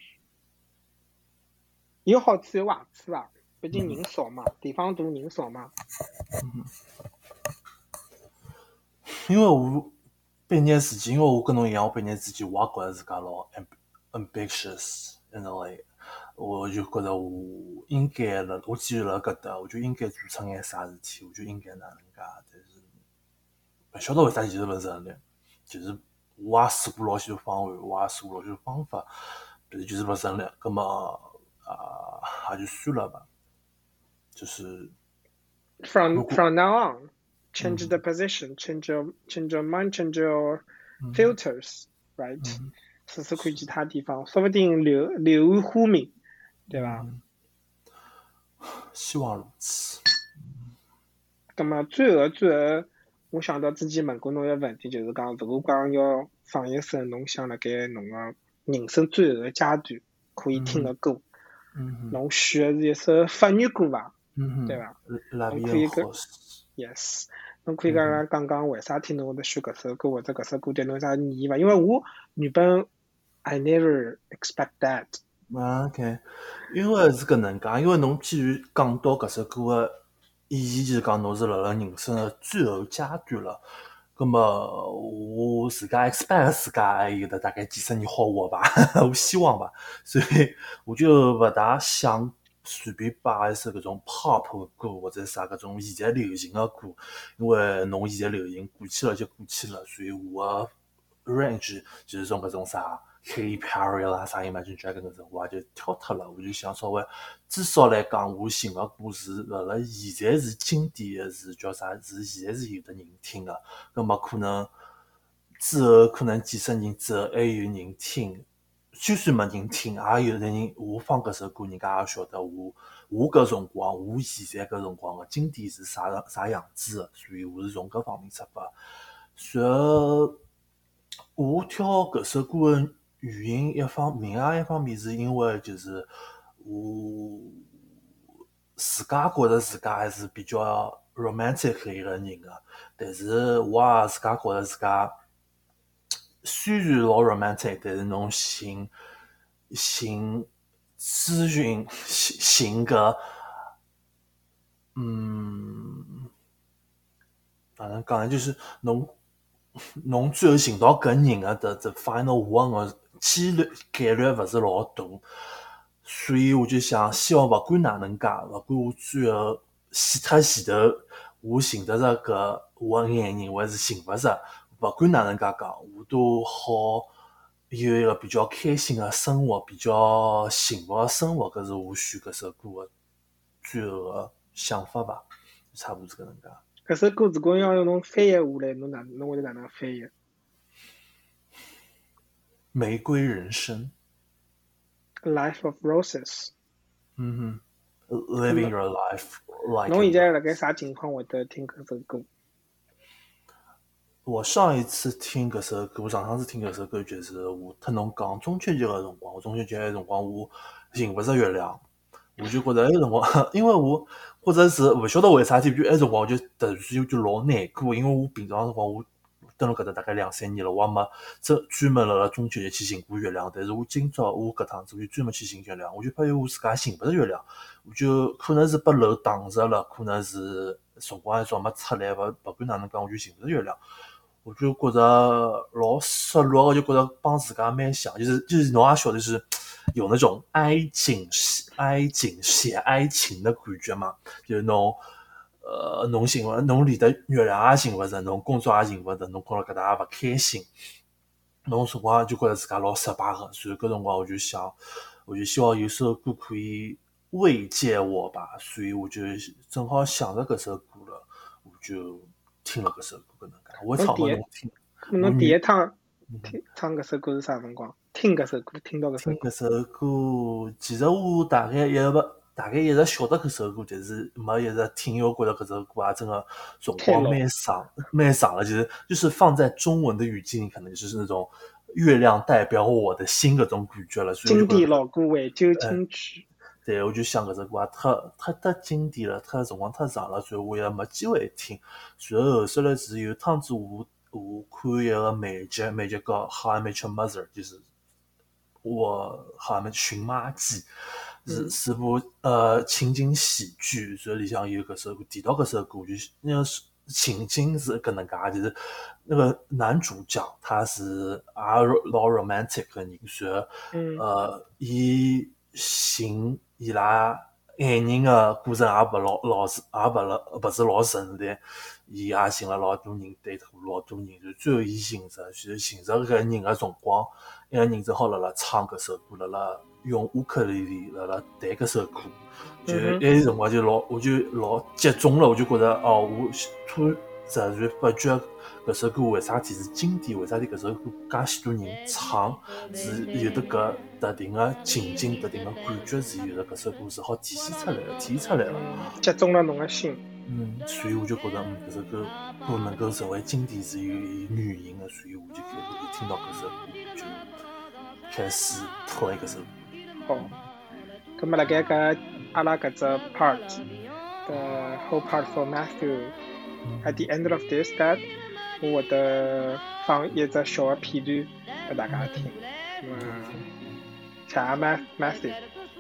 Speaker 1: 有好处有坏处啊。毕
Speaker 2: 嗯
Speaker 1: 竟人少嘛，地方大人少嘛。
Speaker 2: 因为我毕业之前，因为我跟侬一样，我毕业之前我也觉着自家老 amb- ambitious in a way，我就觉着我应该了，我既然辣搿搭，我就应该做出眼啥事体，我就应该哪能介，但是勿晓得为啥其实勿是力，就是我也试过老许多方案，我也试过老许多方法，但是就是勿成立，葛么啊也就算了吧，就是。
Speaker 1: From
Speaker 2: 如果
Speaker 1: from now on, change the position, change your change your mind, change your
Speaker 2: 嗯
Speaker 1: filters, right？
Speaker 2: 嗯
Speaker 1: 试试看其他地方，说不定柳柳暗花明，对伐？
Speaker 2: 希望如此。
Speaker 1: 咁么最后最后，我想到之前问过侬一个问题，就是讲，如果讲要创业时，侬想辣盖侬个人生最后个阶段可以听个歌，
Speaker 2: 嗯
Speaker 1: 侬选个是一首法语歌伐？
Speaker 2: 嗯
Speaker 1: 对伐
Speaker 2: 拉比
Speaker 1: 侬可以
Speaker 2: 很
Speaker 1: 跟
Speaker 2: 好吃。
Speaker 1: ？Yes，侬可以讲讲讲讲为啥听侬会得选搿首歌，或者搿首歌对侬有啥意义伐？因为我原本 I never expect that，
Speaker 2: 啊 OK，因为是搿能介，因为侬既然讲到搿首歌个意义，就是讲侬是辣辣人生的最后阶段了。葛么，我自家 expect 自家还有得大概几十年好活吧，我希望吧，所以我就勿大想随便摆一首搿种 pop 的歌或者啥搿种现在流行的歌，因为侬现在流行过去了就过去了，所以我的 range 就是从搿种啥 Katy Perry 啦、啥 Imagine Dragon 搿种，我也就跳脱了。我就想稍微，至少来讲，我寻个歌是辣辣现在是经典的，是叫啥？是现在是有的人听的，葛么可能之后可能几十年之后还有人听。就算没人听，也有的人我放搿首歌，人家也晓得我我搿辰光，我现在搿辰光个经典是啥样啥样子的，所以我是从搿方面出发。随后，我挑搿首歌的原因一方面，另外一方面是因为就是我自家觉着自家还是比较 romantic 的一个人啊，但是我也自家觉着自家虽然老 romantic，但是侬寻寻咨询寻寻个嗯。哪能讲呢？就是侬侬最后寻到搿人个的这 final one 个几率概率勿是老大，所以我就想，希望勿管哪能介，勿管我最后死脱前头，我寻得着搿我眼人，我还是寻勿着，勿管哪能介讲，我都好。有一个比较开心个生活，比较幸福个生活，搿是我选搿首歌个最后个想法吧，差不多是搿能介。
Speaker 1: 搿首歌如果要让侬翻译下来，侬哪侬会得哪能翻译？
Speaker 2: 玫瑰人生，
Speaker 1: Life of Roses。
Speaker 2: 嗯哼，Living your life like。
Speaker 1: 侬现在辣盖啥情况会得听搿首歌？
Speaker 2: 我上一次听搿首歌，我上上次听搿首歌就是我特侬讲中秋节个辰光，我中秋节个辰光我寻勿着月亮，我就觉着埃辰光， *laughs* 因为我或者是勿晓得为啥体，就埃辰光我就突然之间就老难过，因为我平常辰光我蹲辣搿搭大概两三年了，我也没真专门辣辣中秋节去寻过月亮，但是我今朝我搿趟子我就专门去寻月亮，我就发现我自家寻勿着月亮。我就可能是被楼挡着了，可能是辰光一早没出来，勿勿管哪能讲，我就寻勿着月亮，我就觉着老失落个，就觉着帮自家蛮像，就是就是侬也晓得，就是有那种哀景哀景写哀情的感觉嘛，就是侬。呃，侬寻勿，侬连得月亮也寻勿着，侬工作也寻勿着，侬看到搿搭也勿开心，侬辰光就觉着自家老失败个，所以搿辰光我就想，我就希望有首歌可以慰藉我吧，所以我就正好想着搿首歌了，我就听了搿首歌搿能介，我也唱拨侬听。
Speaker 1: 侬第一趟
Speaker 2: 嗯
Speaker 1: 听唱搿首歌是啥辰光？听搿首歌，听到搿首
Speaker 2: 听
Speaker 1: 歌，
Speaker 2: 搿首歌，其实我大概一直大概一直晓得搿首歌，但是没一直听，因为我觉得搿首歌啊，真的辰光蛮长，蛮长了。其实就是放在中文的语境里，可能就是那种月亮代表我的心搿种感觉了。所以我
Speaker 1: 经
Speaker 2: 就觉
Speaker 1: 典
Speaker 2: 得
Speaker 1: 老歌怀旧金曲。
Speaker 2: 对，我就想搿只歌啊，太太太经典了，太辰光太长了，所以我也没机会听。随后后首来是有趟子我我看一个美剧，美剧叫《How I Met Your Mother》，就是我《How I Met 寻妈记》，是
Speaker 1: 嗯
Speaker 2: 是部呃情景喜剧，所以里向有搿首歌，提到搿首歌，就是那个是情景是搿能介，就是那个男主角他是也老 romantic 个人，然后。
Speaker 1: 嗯
Speaker 2: 呃，伊寻伊拉爱人个过程也勿老老是，也勿老勿是老顺利。伊也寻了老多人，对头老多人，就最后伊寻着，就是寻着搿个人个辰光，一个人正好辣辣唱搿首歌，辣辣用乌克丽丽辣辣弹搿首歌。就
Speaker 1: 嗯哼
Speaker 2: 埃个辰光就老，我就老集中了，我就觉着哦，我突然突然发觉搿首歌为啥体是经典，为啥体搿首歌介许多人唱。是有得搿特定个情景、特定个感觉，是有得搿首歌是好体现出来个，体现出来个。
Speaker 1: 击中了侬个心。
Speaker 2: 嗯，所以我就觉着，嗯，搿首歌歌能够成为经典是有原因个，所以啊我就开始听到搿首歌就开始 play 搿首歌。
Speaker 1: 好，哦葛末辣盖搿阿拉搿只 part the whole part for Matthew at the end of this that 我会得放一只小个片段拨大家听。嗯，谢谢 Ma- Matthew，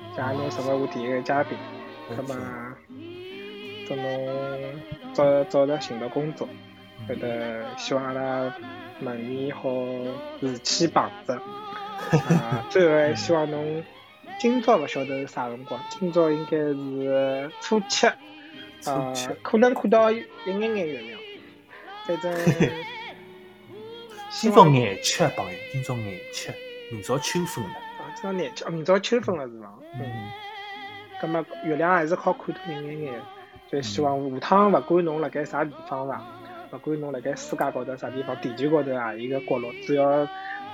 Speaker 1: 谢谢侬成为我第一个嘉宾。葛末
Speaker 2: OK，
Speaker 1: 祝侬早早日寻到工作，会得希望阿拉明年好如期碰
Speaker 2: *laughs*
Speaker 1: 着。啊，最后还希望侬今朝勿晓得是啥辰光，今朝应该是初七，啊
Speaker 2: 初七，
Speaker 1: 可能看到一眼眼月亮，反
Speaker 2: *laughs*
Speaker 1: 正希
Speaker 2: 今
Speaker 1: 望
Speaker 2: 朝眼吃啊，朋友，今朝眼吃，明朝秋分了。
Speaker 1: 啊，今朝廿七，啊明朝秋分了是伐？嗯，
Speaker 2: 嗯，
Speaker 1: 葛么啊月亮还是好看多一眼眼，就希望下趟勿管侬辣盖啥地方伐，勿管侬辣盖世界高头啥地方，地球高头啊，一个角落，只要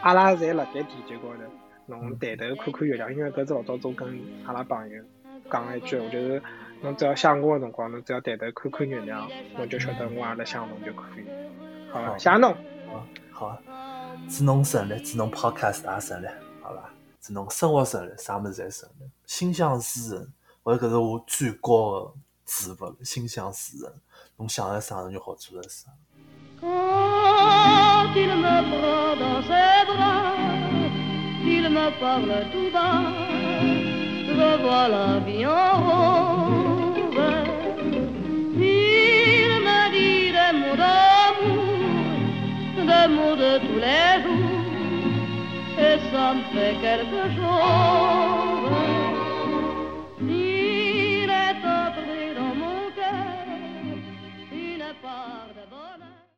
Speaker 1: 阿拉侪辣盖地球高头，侬抬头看看月亮，因为搿是老早子我跟阿拉朋友讲了一句，我就是侬只要想我个辰光，侬只要抬头看看月亮，侬就晓得我也辣想侬就可以。好了，
Speaker 2: 好
Speaker 1: 谢谢侬，
Speaker 2: 好，好啊，祝侬顺利，祝侬 podcast 也顺利，好伐？祝侬生活顺利，啥物事侪顺利，心想事成，我觉得搿是我最高的指标了，心想事成，侬想着啥侬就好做着啥。
Speaker 3: Quand il me prend dans ses bras, il me parle tout bas, je vois la vie en rose. Il me dit des mots d'amour, des mots de tous les jours, et ça me fait quelque chose.